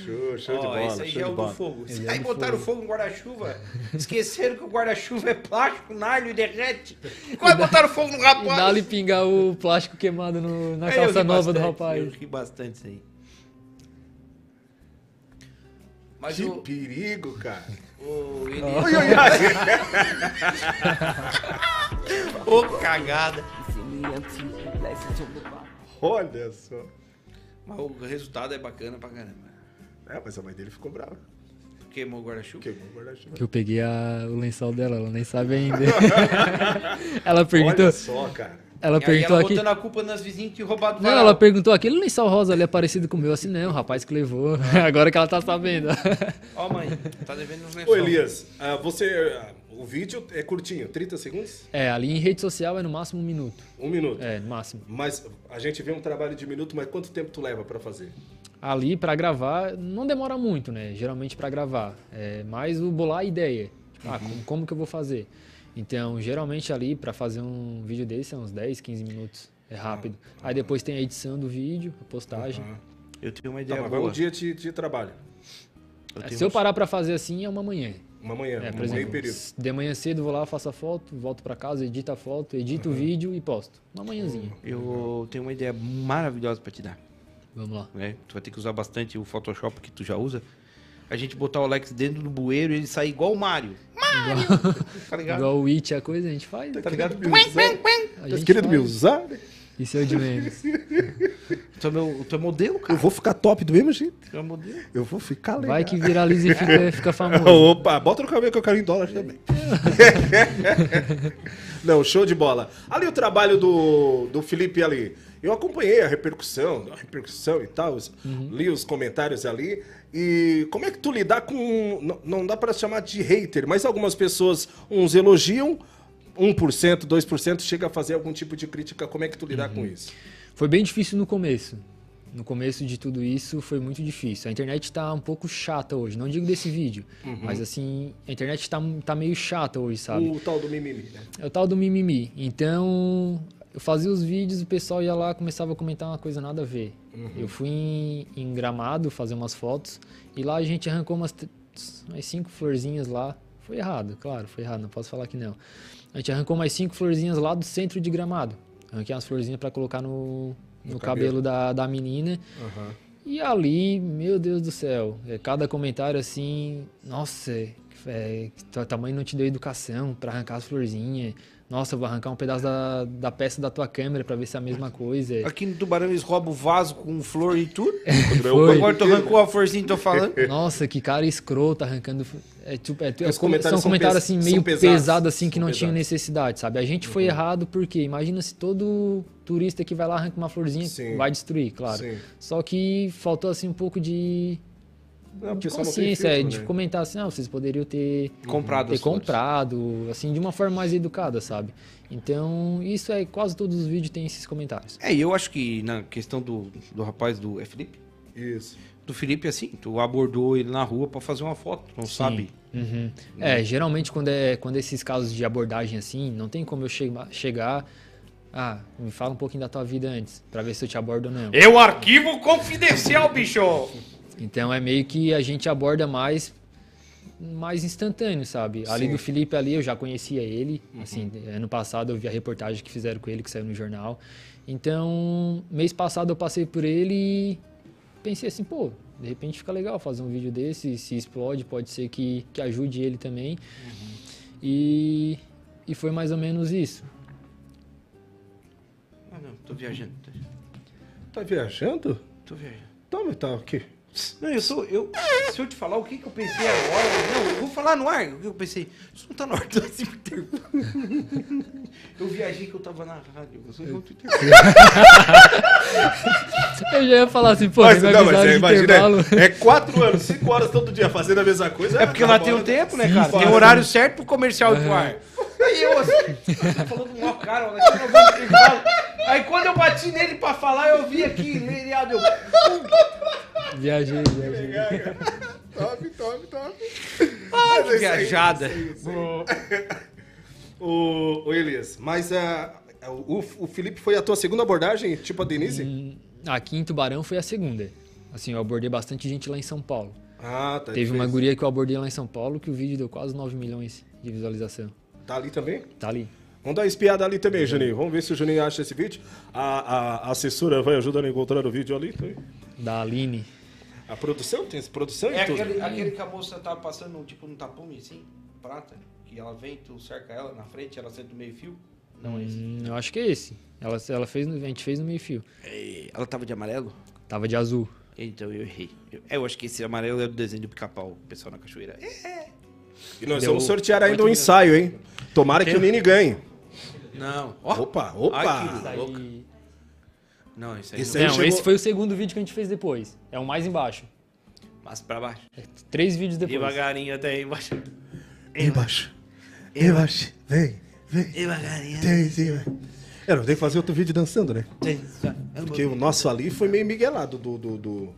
B: Show, show de
C: Ó,
B: bola.
C: esse aí
B: show
C: já é
B: de
C: o do
B: bola.
C: fogo.
D: Ele
C: Se
D: é
C: aí
D: do
C: botaram
D: fogo.
C: fogo no guarda-chuva, esqueceram que o guarda-chuva é plástico, nalho e derrete. Quase botaram fogo no
D: E
C: rapaz.
D: dá-lhe pingar o plástico queimado no- na
C: Aí eu
D: calça
C: ri
D: nova do
C: bastante, Eu
D: rapaz.
C: ri bastante isso aí. Mas
B: Que
C: o,
B: perigo, cara.
C: o Eli-
B: Ai, ai, ai.
C: Ô, cagada.
B: Olha só.
C: Mas o resultado é bacana pra caramba.
B: É, mas a mãe dele ficou brava.
C: Queimou o guarda-chuva?
B: Queimou o guarda-chuva.
D: Que eu peguei a- o lençol dela, ela nem sabe ainda. ela perguntou.
B: Olha só, cara.
D: Ela
C: E aí
D: perguntou
C: ela
D: aqui.
C: botando a culpa nas vizinhas que tinham roubado o
D: Não,
C: varal.
D: ela perguntou aquele lençol rosa ali é parecido com o meu. Assim, não, o rapaz que levou. Agora que ela tá sabendo.
C: Ó, mãe, tá devendo uns lençóis.
B: Ô, Elias, ah, você. ah, o vídeo é curtinho, 30 segundos?
D: é, ali em rede social é no máximo um minuto.
B: Um minuto.
D: É, no máximo.
B: Mas a gente vê um trabalho de minuto, mas quanto tempo tu leva pra fazer?
D: ali pra gravar não demora muito, né? Geralmente pra gravar, é mais o bolar a ideia. Tipo, ah, como, como que eu vou fazer? Então, geralmente ali pra fazer um vídeo desse é uns 10, 15 minutos. É rápido. Aí depois tem a edição do vídeo, a postagem.
C: Eu tenho uma
B: Tá,
C: ideia
B: mas vai um
C: boa.
B: dia de, de trabalho.
C: Eu
D: É,
C: tenho
D: se eu
C: uns-
D: parar pra fazer assim, é uma manhã.
B: Uma manhã,
D: É,
B: um
D: por
B: meio
D: exemplo,
B: período.
D: de manhã cedo vou lá, faço a foto, volto pra casa, edito a foto, edito o vídeo e posto. Uma manhãzinha.
C: Eu tenho uma ideia maravilhosa pra te dar.
D: Vamos lá.
C: né? Tu vai ter que usar bastante o Photoshop que tu já usa. A gente botar o Alex dentro do bueiro e ele sair igual o Mario. Mario! tá ligado?
D: Igual o It, a coisa, a gente faz.
C: Tá ligado?
D: A gente faz.
B: Tá usar? né?
D: Isso é o de menos.
C: Tu é, meu, tu é modelo, cara.
B: vou ficar top do mesmo jeito.
C: Tu é modelo.
B: Eu vou ficar
D: Vai que viraliza e fica, fica famoso.
B: Opa, bota no cabelo que eu quero em dólar também. Não, show de bola. Ali o trabalho do, do Felipe ali. Eu acompanhei a repercussão, a repercussão e tal, os-
D: Uhum.
B: li os comentários ali. E como é que tu lidar com. Não, não dá pra chamar de hater, mas algumas pessoas, uns elogiam, 1%, 2% chega a fazer algum tipo de crítica. Como é que tu
D: Uhum.
B: lidar com isso?
D: Foi bem difícil no começo. No começo de tudo isso foi muito difícil. A internet tá um pouco chata hoje. Não digo desse vídeo, mas assim, a internet tá, tá meio chata hoje, sabe?
B: O tal do mimimi, né?
D: É o tal do mimimi. Então, eu fazia os vídeos, o pessoal ia lá, começava a comentar uma coisa nada a ver. Eu fui em, em Gramado fazer umas fotos e lá a gente arrancou umas, tr- umas cinco florzinhas lá. Foi errado, claro, foi errado, não posso falar que não. A gente arrancou mais cinco florzinhas lá do centro de Gramado. Arranquei umas florzinhas pra colocar no, no, cabelo,
B: cabelo.
D: da, da menina. E ali, meu Deus do céu, é cada comentário assim, nossa, é, que tua, tua mãe não te deu educação pra arrancar as florzinhas. Nossa, eu vou arrancar um pedaço da, da peça da tua câmera pra ver se é a mesma coisa.
C: Aqui no Tubarão eles roubam o vaso com flor e tudo.
D: É, Foi.
C: Agora tu arrancou a florzinha e tô falando.
D: Nossa, que cara escroto arrancando. É, tipo, é,
B: Os
D: é como-
B: comentários
D: são
B: são
D: comentários
B: pes-
D: assim,
B: são
D: meio
B: pesados,
D: pesado assim, que
B: são
D: não tinha
B: pesados. Uhum.
D: necessidade, sabe? A gente foi errado porque imagina se todo turista que vai lá arranca uma florzinha,
B: Sim.
D: vai destruir, claro.
B: Sim.
D: Só que faltou assim um pouco de,
B: Não,
D: de
B: porque só não tem
D: consciência, é,
B: filtro,
D: de
B: né?
D: comentar assim, não, vocês poderiam ter
C: Comprado
D: ter
C: as flores.
D: comprado, assim, de uma forma mais educada, sabe? Então, isso é quase todos os vídeos tem esses comentários.
C: É, e eu acho que na questão do, do rapaz do é Felipe,
B: Isso.
C: do Felipe é assim, tu abordou ele na rua pra fazer uma foto, não sabe?
D: Uhum. É, geralmente quando é quando esses casos de abordagem assim, não tem como eu chega- chegar. Ah, me fala um pouquinho da tua vida antes, pra ver se eu te abordo ou não.
C: Eu arquivo confidencial, bicho!
D: Então é meio que a gente aborda mais mais instantâneo, sabe? Ali do Felipe ali eu já conhecia ele,
C: Uhum.
D: assim, ano passado eu vi a reportagem que fizeram com ele que saiu no jornal. Então, mês passado eu passei por ele e pensei assim, pô, de repente fica legal fazer um vídeo desse, se explode, pode ser que, que ajude ele também.
B: Uhum.
D: E e foi mais ou menos isso.
C: Ah, não, tô viajando. tá?
B: Tá viajando?
C: Tô viajando.
B: Toma, tá aqui.
C: Não, eu sou. Eu, se eu te falar o que, que eu pensei agora. Não, eu vou falar no ar. O que eu pensei? Isso não tá no ar do Twitter. Eu viajei que eu tava na rádio. Eu sou de outro Twitter.
D: Eu já ia falar assim, pô,
B: Mas,
D: me
B: não, mas
D: avisaram
B: é,
D: de
B: imagina,
D: intervalo.
B: é, é quatro anos, cinco horas todo dia fazendo a mesma coisa.
C: É porque lá tem um tempo, né, cara? Tem o horário certo pro comercial ir pro ar. Aí eu, assim, tô falando mal, cara, olha aqui, eu vou no intervalo. Aí quando eu bati nele pra falar, eu vi aqui, ah, Leriado, eu...
D: Viajei, viajei.
B: Top, top, top.
C: Ai,
B: Mas é isso aí,
C: viajada.
B: O, o Elias, mas ah, o, o Felipe foi a tua segunda abordagem, tipo a Denise?
D: Aqui em Tubarão foi a segunda. Assim, eu abordei bastante gente lá em São Paulo.
B: Ah, tá.
D: Teve
B: tu
D: uma
B: fez-
D: guria que eu abordei lá em São Paulo que o vídeo deu quase 9 milhões de visualização.
B: Tá ali também?
D: Tá ali.
B: Vamos dar uma espiada ali também, Juninho. Vamos ver se o Juninho acha esse vídeo. A, a, a assessora vai ajudando a encontrar o vídeo ali. tá aí.
D: Da Aline.
B: A produção tem essa produção e
C: É
B: tudo.
C: aquele, aquele que a moça tá passando, tipo, num tapume, assim, prata, que ela vem, tu cerca ela na frente, ela senta no meio fio. Não é esse.
D: Hum, eu acho que é esse. Ela, ela fez, no- a gente fez no meio fio.
C: É, Ela tava de amarelo?
D: Tava de azul.
C: Então eu errei. Eu, eu acho que esse amarelo é do desenho do pica-pau, o pessoal na cachoeira. É.
B: E nós
D: Deu
B: vamos sortear ainda um
C: oito
B: ensaio, hein? Tomara que o Nini ganhe.
C: Não. Ó.
B: Opa, opa.
C: Ai, que louco.
D: E-
C: Não, isso aí
B: Esse
C: não.
B: aí-
D: Não,
B: chegou-
D: esse foi o segundo vídeo que a gente fez depois. É o mais embaixo.
C: Passa pra baixo.
D: É três vídeos depois.
C: Devagarinho até aí embaixo.
B: Embaixo. Embaixo. Vem, vem.
C: Devagarinho.
B: Tem né? em cima. Eu É, não tenho que fazer outro vídeo dançando, né? Porque o nosso ali foi meio miguelado do. do, do...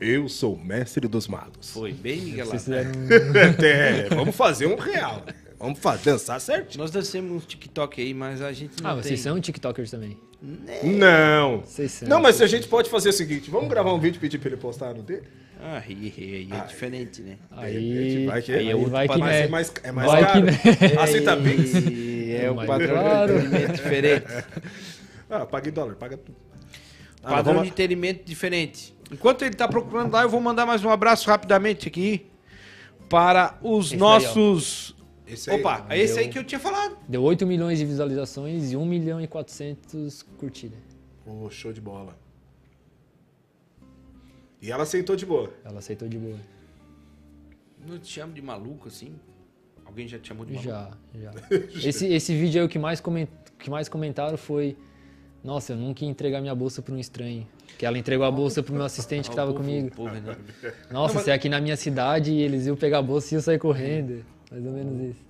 B: Eu sou o mestre dos magos.
C: Foi bem
D: Vocês
C: miguelado.
D: fizeram um-
B: É, vamos fazer um real. Vamos fa- dançar certinho.
C: Nós dançamos um TikTok aí, mas a gente não
D: Ah,
C: tem.
D: vocês são TikTokers também.
B: Não.
D: Vocês são.
B: Não, mas a gente pode fazer o seguinte: vamos gravar um vídeo e pedir pra ele postar no dele?
C: Ah, ri, ri, aí é diferente, né?
D: Aí.
B: Vai que
D: aí
B: é outro
D: vai que
B: Mas é
D: né?
B: mais, é mais
D: Vai
B: caro.
D: que né?
C: Ah, tá
B: Aceita Pix?
C: E é o
D: Mas
C: padrão
D: claro.
C: de entretenimento diferente.
B: Ah, paga em dólar, paga tudo. Ah,
C: padrão
B: vamos-
C: de entretenimento diferente. Enquanto ele tá procurando lá, eu vou mandar mais um abraço rapidamente aqui para os
D: Esse daí, ó.
C: nossos.
B: Esse aí.
C: Opa, é esse aí
D: Deu.
C: que eu tinha falado.
D: Deu 8 milhões de visualizações e 1 milhão e 400 curtidas.
B: Ô, show de bola. E ela aceitou de boa.
D: Ela aceitou de boa.
C: Não te chamo de maluco assim? Alguém já te chamou de maluco?
D: Já, já. Esse, esse vídeo aí, o que mais, comen- que mais comentaram foi... Nossa, eu nunca ia entregar minha bolsa pra um estranho. Que ela entregou a bolsa pro meu assistente que tava comigo.
C: Porra, né?
D: Nossa, se é aqui na minha cidade, eles iam pegar a bolsa e iam sair correndo. Mais ou
B: Uhum.
D: menos isso.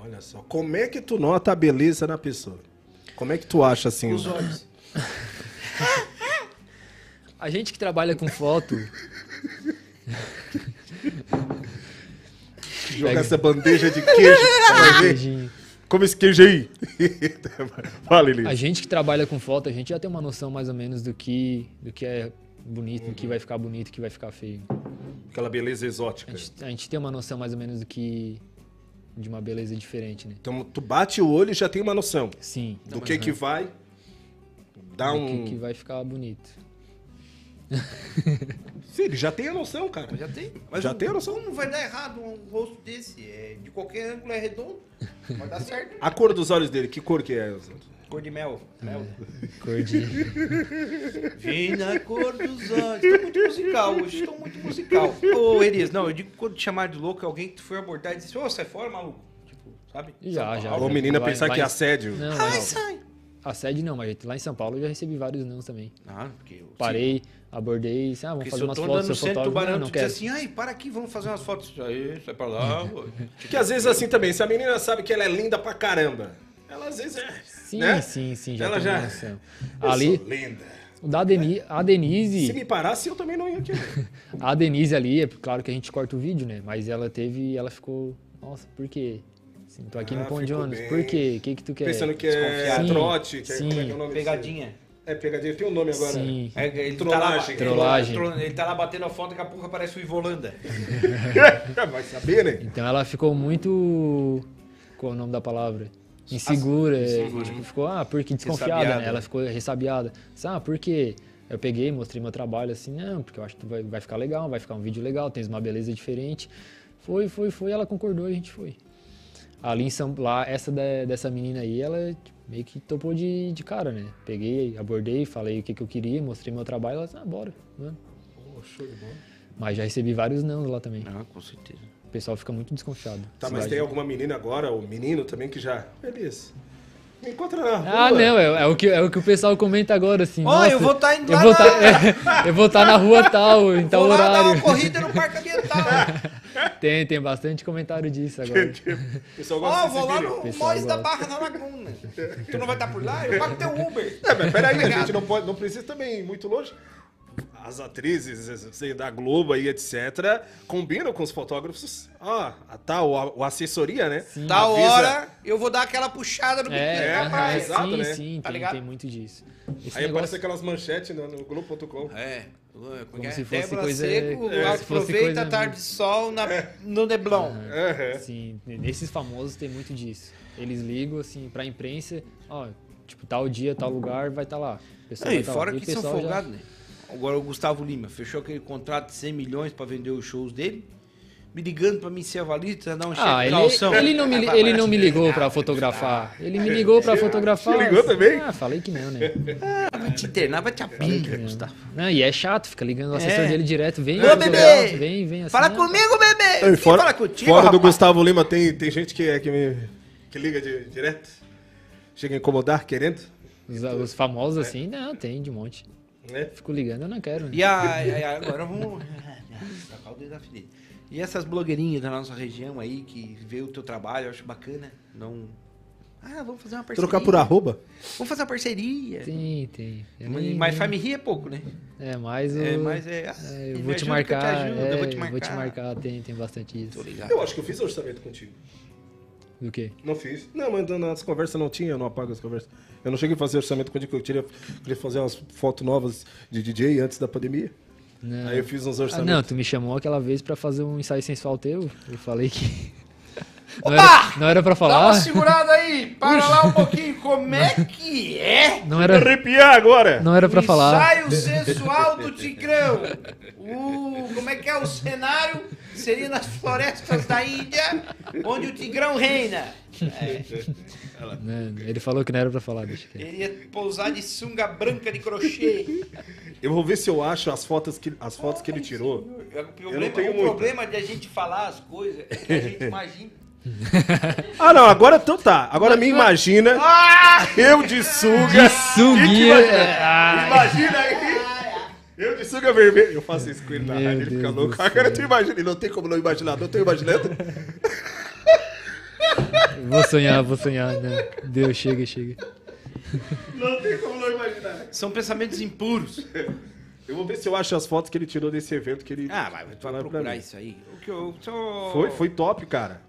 B: Olha só, como é que tu nota a beleza na pessoa? Como é que tu acha assim?
C: Os olhos.
D: A gente que trabalha com foto...
B: Jogar
D: Pega.
B: essa bandeja de queijo. pra ver.
D: Beijinho.
B: Como esse queijo aí? Fala, Eli.
D: A gente que trabalha com foto, a gente já tem uma noção mais ou menos do que, do que é bonito, do que vai ficar bonito, do que vai ficar feio.
B: Aquela beleza
D: A
B: exótica.
D: gente, a gente tem uma noção mais ou menos do que... De uma beleza diferente, né?
B: Então, tu bate o olho e já tem uma noção
D: Sim.
B: do que que vai dar
D: do que,
B: um...
D: que vai ficar bonito.
B: Sim, ele já tem a noção, cara.
C: Já tem.
B: Já tem a noção.
C: Como vai dar errado um rosto desse? É, de qualquer ângulo é redondo. Vai dar certo.
B: A cor dos olhos dele, que cor que é? Elza?
C: Cor de mel. Mel.
D: Cor de.
C: É. Vem na cor dos olhos. Estou muito musical hoje. Estou muito musical. Ô, Elias, não, eu digo que quando te chamar de louco, é alguém que tu foi abordar e disse, ô, sai fora, maluco. Tipo, sabe?
D: Já, já.
B: Alô,
D: já.
B: menina,
D: Lá-
B: pensar
D: lá
B: que é
D: em-
B: assédio.
D: Não,
C: Ai,
D: não.
C: sai.
D: Assédio não, mas lá em São Paulo eu já recebi vários não também.
C: Ah, porque eu.
D: Parei, abordei, disse, ah, vamos
C: Porque se
D: fazer
C: eu
D: umas
C: tô
D: fotos,
C: andando
D: seu
C: no centro do
D: fotógrafo, não,
C: Barão,
D: não
C: tu diz
D: quero.
C: assim, ai, para aqui, vamos fazer umas fotos. Aí, sai pra lá. ô.
B: Que às vezes assim também, se a menina sabe que ela é linda pra caramba, ela às vezes é.
D: sim,
B: né?
D: sim, sim, já
B: Ela
D: tem
B: já-
D: noção.
B: Eu
D: Ali,
B: sou linda.
D: o da Deni, a
B: Se
D: Denise,
B: me parasse, eu também não ia querer.
D: a Denise ali, é claro que a gente corta o vídeo, né? Mas ela teve, ela ficou, nossa, por quê? Assim, tô aqui
B: Ah,
D: no Pão de
B: ficou
D: ônibus,
B: bem.
D: por quê? O que que tu quer?
B: Pensando que é
D: Sim,
B: trote, que é,
D: sim.
B: como é que é o nome
C: Pegadinha.
B: desse- É pegadinha, tem um nome agora.
D: Sim.
C: É, ele
B: Trollagem.
C: Tá lá,
D: Trollagem.
C: tro- Ele tá lá batendo a foto, daqui a pouco aparece o Ivolanda.
B: É, Vai saber, né?
D: Então ela ficou muito. Qual é o nome da palavra? Insegura. é, Tipo, ficou, ah, porque desconfiada,
C: Ressabiada.
D: né? Ela ficou ressabiada. Disse, ah, por quê? Eu peguei, mostrei meu trabalho assim, não, porque eu acho que tu vai, vai ficar legal, vai ficar um vídeo legal, tens uma beleza diferente. Foi, foi, foi, ela concordou e a gente foi. Ali em São lá, essa da- dessa menina aí, ela meio que topou de, de cara, né? Peguei, abordei, falei o que, que eu queria, mostrei meu trabalho, ela disse, ah, bora, vamos. Mas já recebi vários não lá também.
C: Ah, com certeza.
D: O pessoal fica muito desconfiado.
B: Tá,
D: Se
B: mas
D: vai-
B: tem alguma menina agora, ou menino também, que já. Feliz. Me encontra na rua.
D: Ah, não, é, é o que, é o que o pessoal comenta agora, assim.
C: Ó, eu
D: "Nossa,
C: vou tá indo
D: eu
C: lá
D: vou
C: na-
D: tá- eu vou tá na rua tal, em tal
C: Vou lá dar
D: Tá horário.
C: uma corrida no Parque Ambiental.
D: Tem, tem bastante comentário disso agora.
B: O pessoal
C: Ó,
B: gosta de se
C: vou lá
B: exibir.
C: no
D: Pessoal
C: Mois da
D: gosta.
C: Barra na Laguna. Tu não vai estar por lá? Eu pago teu Uber.
B: É, mas peraí, a gente não, pode, não precisa também ir muito longe. As atrizes sei, da Globo e etc. combinam com os fotógrafos. Ah, a tal, a, a assessoria, né?
C: Da
B: Avisa-
C: hora, eu vou dar aquela puxada no
D: É,
C: biquíni,
D: é,
B: aham,
C: rapaz.
D: sim,
B: exato, né?
D: sim,
C: Tá
D: tem,
C: ligado?
D: tem muito disso. Esse
B: Aí aparece
D: negócio,
B: aquelas manchetes né, no, no Globo.com.
C: É. Como é
D: Como
C: que é?
D: se fosse
C: Débora
D: coisa-
C: Seco,
D: é, se fosse
C: aproveita
D: coisa- É.
C: a tarde de sol na, no Neblon. é.
B: Aham.
D: sim, nesses famosos tem muito disso. Eles ligam, assim, pra imprensa, ó, tipo, tal dia, tal lugar, vai estar tá lá. O pessoal
C: Não, e
D: vai tá lá.
C: fora
D: E o
C: que são
D: pessoal já-
C: folgados, né? Agora o Gustavo Lima fechou aquele contrato de 100 milhões pra vender os shows dele, me ligando pra mim ser avalista, dar um
D: Ah,
C: cheque
D: ele,
C: na alção.
D: ele não me,
C: Ah,
D: li-
C: vai,
D: ele
C: vai,
D: não me
C: vai.
D: ligou pra fotografar. Ele me ligou pra fotografar.
B: ligou também?
D: Ah, falei que não, né?
C: Ah, vai te internar,
D: É
C: vai te aplicar, Gustavo.
D: Não, e é chato, fica ligando o assessor
C: É.
D: dele direto. Vem,
C: Ô,
D: vem,
C: bebê!
D: vem, vem. Assim,
C: Fala
D: ah,
C: comigo, bebê! Quem fala contigo,
B: fora do
C: rapaz?
B: Gustavo Lima, tem, tem gente que, é- que, me- que liga de- direto. Chega a incomodar, querendo.
D: Os, os famosos assim, não, tem de um monte.
B: Né?
D: Fico ligando, eu não quero. Né?
C: E a, e a- agora vamos. Tacar o dedo na ferida. E essas blogueirinhas da nossa região aí que vê o teu trabalho, eu acho bacana. Não. Ah, vamos fazer uma parceria.
B: Trocar por arroba?
C: Vamos fazer uma parceria.
D: Tem, tem. Eu
C: Mas-
D: nem-
C: Mas faz me rir é pouco, né?
D: É, mais o.
C: É, mas é. ah,
D: é, eu
C: me ajuda que
D: vou te
C: eu te
D: marcar.
C: ajudo,
D: é,
C: eu vou te marcar.
D: tem, tem bastante
C: Tô
D: isso.
C: ligado.
B: Eu acho que eu fiz orçamento contigo.
D: Do quê?
B: Não fiz. Não, mas nas conversas não tinha, eu não apago as conversas. Eu não cheguei a fazer orçamento contigo, eu queria, queria fazer umas fotos novas de DJ antes da pandemia.
D: Não.
B: Aí eu fiz uns
D: Ah, não,
B: orçamentos.
D: tu me chamou aquela vez pra fazer um ensaio sensual teu. Eu falei que. Não era, não era pra
C: Dá
D: falar.
C: uma segurada aí, para lá um pouquinho. Como é que é?
D: Não era,
B: Arrepiar agora!
D: não era pra falar.
C: Ensaio sensual do Tigrão. O, como é que é o cenário? Seria nas florestas da Índia, onde o Tigrão reina.
D: Né, Ele falou que não era pra falar, deixa quieto.
C: Ele ia pousar de sunga branca de crochê.
B: Eu vou ver se eu acho as fotos que, as fotos que ele tirou.
C: O
B: não
C: problema,
B: tenho
C: o
B: muito.
C: problema de a gente falar as coisas é que a gente imagina.
B: Ah, não, agora então tá. Agora me imagina. Eu de suga.
D: Suguia.
B: Imagina aí. Eu de suga vermelho. Eu faço isso com ele na
D: Meu
B: rádio, ele fica
D: Deus
B: louco.
D: do
B: Agora tu imagina. E Não tem como não imaginar. Não tô imaginando.
D: Vou sonhar, vou sonhar. Não. Deus, chega, chega.
B: Não tem como não imaginar.
C: São pensamentos impuros.
B: Eu vou ver se eu acho as fotos que ele tirou desse evento que ele.
C: Ah, mas tu vai
B: falaram pra
C: procurar
B: mim.
C: isso aí. O que eu sou...
B: Foi, foi top, cara.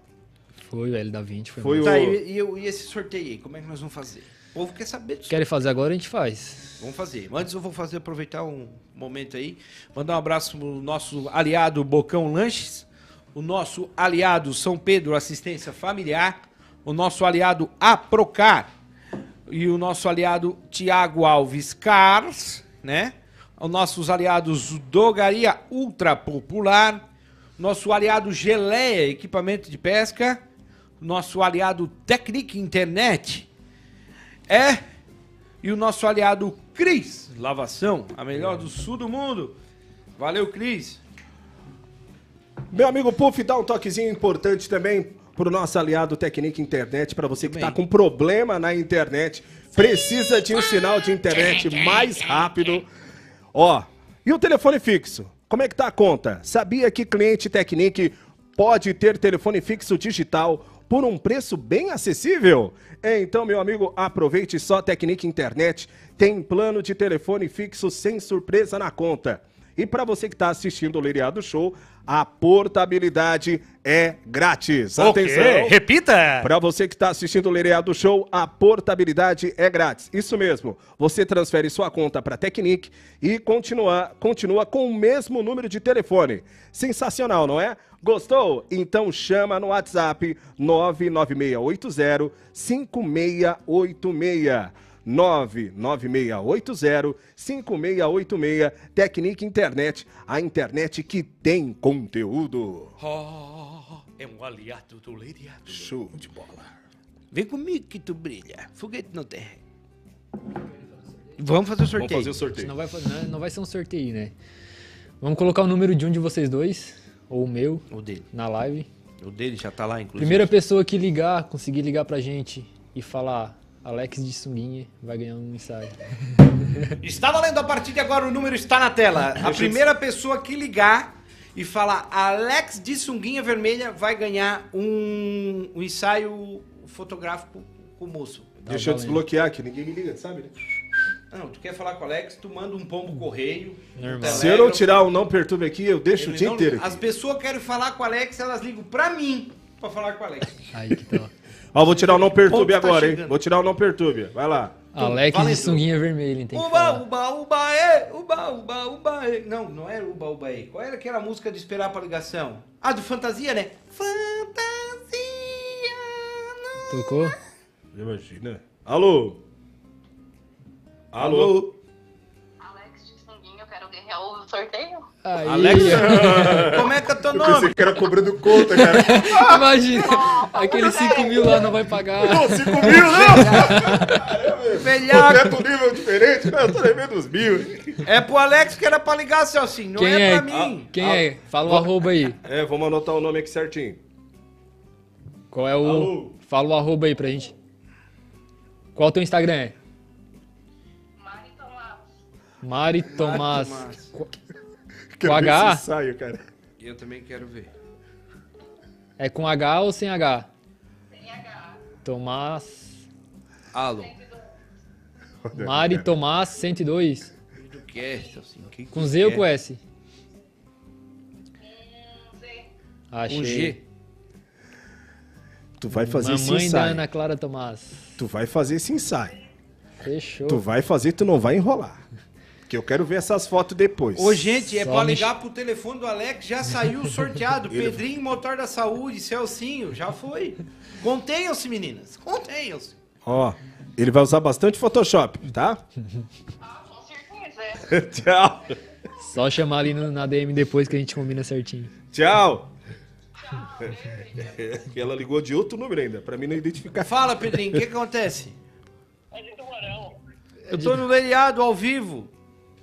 D: Foi o L da 20, foi.
B: Foi
D: mal.
B: o-
C: Tá, e, e eu- e esse sorteio aí, como é que nós vamos fazer? O povo quer saber disso.
D: Querem fazer agora, a gente faz.
C: Vamos fazer. Antes eu vou fazer aproveitar um momento aí, mandar um abraço pro nosso aliado Bocão Lanches, o nosso aliado São Pedro Assistência Familiar, o nosso aliado Aprocar e o nosso aliado Tiago Alves Cars, né?
E: aos nossos aliados Dogaria Ultra Popular, nosso aliado Geleia Equipamento de Pesca, nosso aliado Tecnic Internet, é e o nosso aliado Cris Lavação, a melhor do sul do mundo. Valeu, Cris.
B: Meu amigo Puff, dá um toquezinho importante também pro nosso aliado Tecnic Internet, para você que tá com problema na internet, precisa de um sinal de internet mais rápido. Ó, e o telefone fixo? Como é que tá a conta? Sabia que cliente Tecnic pode ter telefone fixo digital por um preço bem acessível? É, então, meu amigo, aproveite só Tecnic Internet, tem plano de telefone fixo sem surpresa na conta. E para você que está assistindo o Liriado Show, a portabilidade é grátis. Atenção!
H: Repita!
B: Para você que está assistindo o Lereado Show, a portabilidade é grátis. Isso mesmo. Você transfere sua conta para Tecnic e continua, continua com o mesmo número de telefone. Sensacional, não é? Gostou? Então chama no WhatsApp 99680 5686. 99680 5686 Tecnic Internet, a internet que tem conteúdo.
H: É um aliado do Liriado.
B: Show de bola.
E: Vem comigo que tu brilha. Foguete não tem. Vamos fazer o sorteio.
B: Vamos fazer o
D: Isso Não
B: sorteio.
D: vai, fa- não- não vai ser um sorteio, né? Vamos colocar o número de um de vocês dois, ou o meu,
C: O dele.
D: na live.
C: O dele já tá lá, inclusive.
D: Primeira pessoa que ligar, conseguir ligar pra gente e falar Alex de sunguinha, vai ganhar um ensaio.
C: Está valendo a partir de agora, o número está na tela. A primeira pessoa que ligar e falar Alex de sunguinha vermelha vai ganhar um, um ensaio fotográfico com o moço.
B: Deixa eu
D: valendo.
B: desbloquear que ninguém me liga, sabe? né?
C: Não, tu quer falar com o Alex, tu manda um pombo correio.
D: Normal.
C: um
B: Se eu não
C: telégrafo.
B: tirar o não perturbe aqui, eu deixo
C: Ele
B: o dia
C: não-
B: inteiro. aqui.
C: As pessoas querem falar com o Alex, elas ligam pra mim pra falar com o Alex.
D: Aí que tá.
B: Ó, vou tirar o não perturbe
C: Ponto tá
B: agora, hein?
C: chegando.
B: Vou tirar o não perturbe. Vai lá.
D: Alex
C: valendo.
D: de sunguinha vermelha, tem que
C: Uba,
D: falar.
C: uba, uba, é, uba, uba, uba, é. Não, não era uba, uba, é. Qual era aquela música de esperar pra ligação? Ah, do Fantasia, né? Fantasia.
D: Tocou?
B: Imagina. Alô? Alô?
F: Alex de Sunguinho, eu quero ganhar o sorteio.
D: Aí,
C: não- Como é que é teu
B: Eu
C: nome?
B: pensei que era cobrando conta, cara.
D: imagina, aqueles 5 mil lá não vai pagar.
B: Não, 5 mil, não!
C: Velhaco.
B: Concreto nível diferente, né? Eu tô devendo os mil.
C: É pro Alex que era pra ligar, Celcinho. Não
D: Quem
C: é,
D: é?
C: pra mim.
D: Quem é? Fala o arroba aí.
B: É, vamos anotar o nome aqui certinho.
D: Qual é o.
B: Alô?
D: Fala o arroba aí pra gente. Qual o teu Instagram é?
F: Mariton Laos.
D: Mari Tomás.
C: Tomás.
D: Qu-
B: Quero
D: Com
B: ver
D: H?
B: esse ensaio, cara.
C: Eu também quero ver.
D: É com H ou sem H?
F: Sem H.
D: Tomás.
C: Alô. É,
B: É.
D: Mari Tomás 102.
C: Tu quer, Celcinho? Que
D: Com Z ou
C: quer?
D: com S?
F: Um Z.
D: Achei.
C: Com G.
B: Tu vai fazer esse
D: Mamãe da
B: ensaio.
D: Ana Clara Tomás.
B: Tu vai fazer esse ensaio.
D: Fechou.
B: Tu vai fazer, tu não vai enrolar. Porque eu quero ver essas fotos depois.
C: Ô, gente, é
D: Só
C: pra
D: me-
C: ligar pro telefone do Alex, já saiu sorteado. Pedrinho, Motor da Saúde, Celcinho, já foi. Contenham-se, meninas. Contenham-se.
B: Ó, ele vai usar bastante Photoshop, tá?
F: Ah, com certeza.
B: Tchau.
D: Só chamar ali no- na DM depois que a gente combina certinho.
B: Tchau. Ela ligou de outro número ainda, pra mim não identificar.
C: Fala, Pedrinho, o que que acontece?
F: É de Tubarão.
C: Eu tô no lereado ao vivo.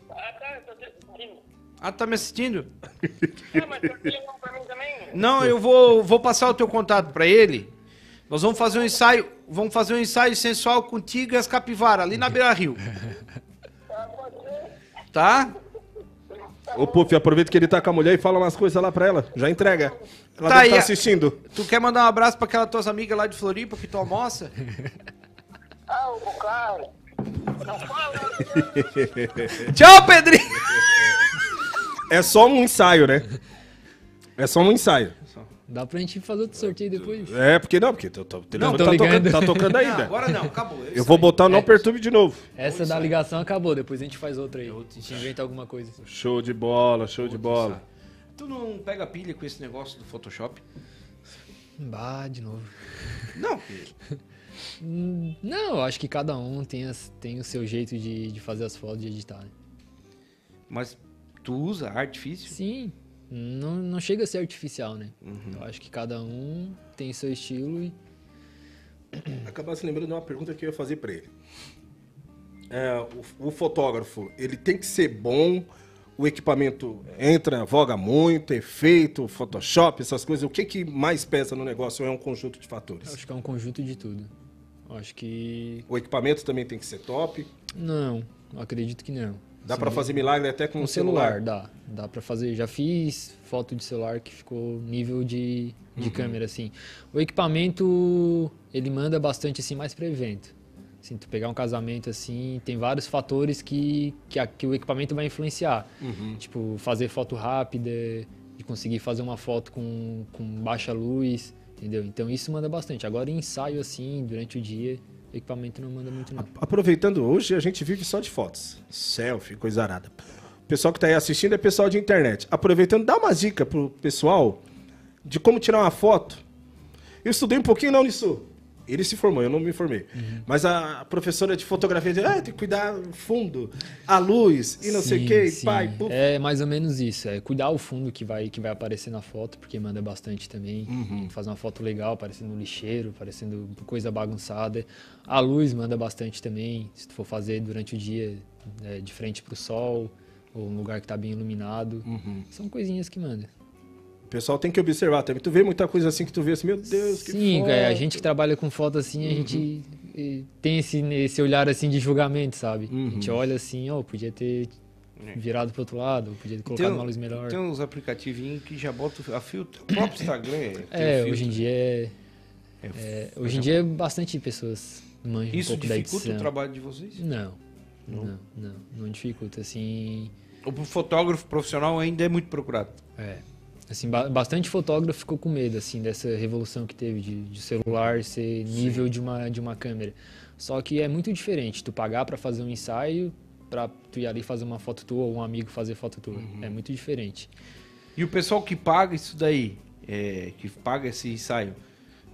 F: Ah, tá, eu tô te assistindo.
C: Ah, tá me assistindo?
F: Ah, mas sorteio não pra mim também?
C: Não, eu vou, vou passar o teu contato pra ele. Nós vamos fazer um ensaio, vamos fazer um ensaio sensual contigo e as capivara ali na Beira Rio. Tá?
B: Ô, Puff, aproveita que ele tá com a mulher e fala umas coisas lá pra ela. Já entrega. Ela
C: Tá
B: deve
C: aí,
B: tá
C: a-
B: assistindo.
C: Tu quer mandar um abraço pra aquelas tuas amigas lá de Floripa que tu almoça?
F: Ah, o Carlos. Não fala.
C: Tchau, Pedrinho!
B: É só um ensaio, né? É só um ensaio.
D: Dá pra gente fazer
C: Tá.
D: outro sorteio depois?
B: É, porque não, porque tô- tô- o telefone
D: tô
B: tá, tocando,
D: ligando.
B: tá tocando
C: Não,
B: ainda.
C: agora É. não, acabou.
B: Eu vou botar o Não Perturbe de novo.
D: Essa da ligação acabou, depois a gente faz outra aí. A gente inventa alguma coisa.
B: Show de bola, show de bola.
C: Tu não pega pilha com esse negócio do Photoshop?
D: Bah, de novo.
C: Não.
D: Hum, Não, eu acho que cada um tem, as- tem o seu jeito de, de fazer as fotos e editar. né?
C: Mas tu usa artifício?
D: Sim, não, não chega a ser artificial, né? Eu acho que cada um tem seu estilo e
B: Acabar se lembrando de uma pergunta que eu ia fazer pra ele. É, o, o fotógrafo, ele tem que ser bom, o equipamento entra, voga muito, efeito, Photoshop, essas coisas. O que, que mais pesa no negócio é um conjunto de
D: eu
B: fatores?
D: acho que é um conjunto de tudo. Eu acho que.
B: O equipamento também tem que ser top.
D: Não, eu acredito que não.
B: Dá
D: Assim,
B: pra fazer milagre até com
D: com
B: um
D: o celular,
B: celular.
D: dá. Dá pra fazer. Já fiz foto de celular que ficou nível de, de câmera, assim. O equipamento, ele manda bastante, assim, mais pra evento. Assim, tu pegar um casamento, assim, tem vários fatores que, que, a- que o equipamento vai influenciar. Tipo, fazer foto rápida, de conseguir fazer uma foto com, com baixa luz, entendeu? Então, isso manda bastante. Agora, em ensaio, assim, durante o dia, o equipamento não manda muito, não.
B: Aproveitando hoje, a gente vive só de fotos. Selfie, coisa arada. O pessoal que tá aí assistindo é pessoal de internet. Aproveitando, dá uma dica pro pessoal de como tirar uma foto. Eu estudei um pouquinho na Unisul. Ele se formou, eu não me formei.
D: Uhum.
B: Mas a professora de fotografia disse, ah, tem que cuidar do fundo, a luz, e não sei o
D: Sim,
B: que,
D: sim.
B: pai, puf.
D: É mais ou menos isso. É cuidar o fundo que vai, que vai aparecer na foto, porque manda bastante também.
B: Uhum.
D: Fazer uma foto legal, parecendo um lixeiro, parecendo coisa bagunçada. A luz manda bastante também. Se tu for fazer durante o dia, né, de frente pro sol, ou um lugar que tá bem iluminado.
B: Uhum.
D: São coisinhas que manda.
B: O pessoal tem que observar também. Tu vê muita coisa assim que tu vê assim, meu Deus, que
D: Sim,
B: foto. Uhum.
D: é, a gente que trabalha com foto assim, a gente eh, tem esse, esse olhar assim de julgamento, sabe? A gente
B: Uhum.
D: olha assim, ó, podia ter virado pro outro lado, podia ter colocado
B: um
D: uma luz melhor.
C: Tem uns aplicativinhos que já botam a filtro. O próprio Instagram é, tem
D: É,
C: filtro.
D: hoje em dia é,
C: É,
D: é, hoje em dia bastante pessoas manjam
C: Isso
D: um pouco da
C: dificulta
D: edição.
C: o trabalho de vocês?
D: Não, não, não, não, dificulta assim.
C: O fotógrafo profissional ainda é muito procurado.
D: É, assim ba- bastante fotógrafo ficou com medo assim dessa revolução que teve de, de celular ser nível de uma de uma câmera. Só que é muito diferente tu pagar pra fazer um ensaio pra tu ir ali fazer uma foto tua ou um amigo fazer foto tua.
C: Uhum.
D: É muito diferente.
C: E o pessoal que paga isso daí, é, que paga esse ensaio,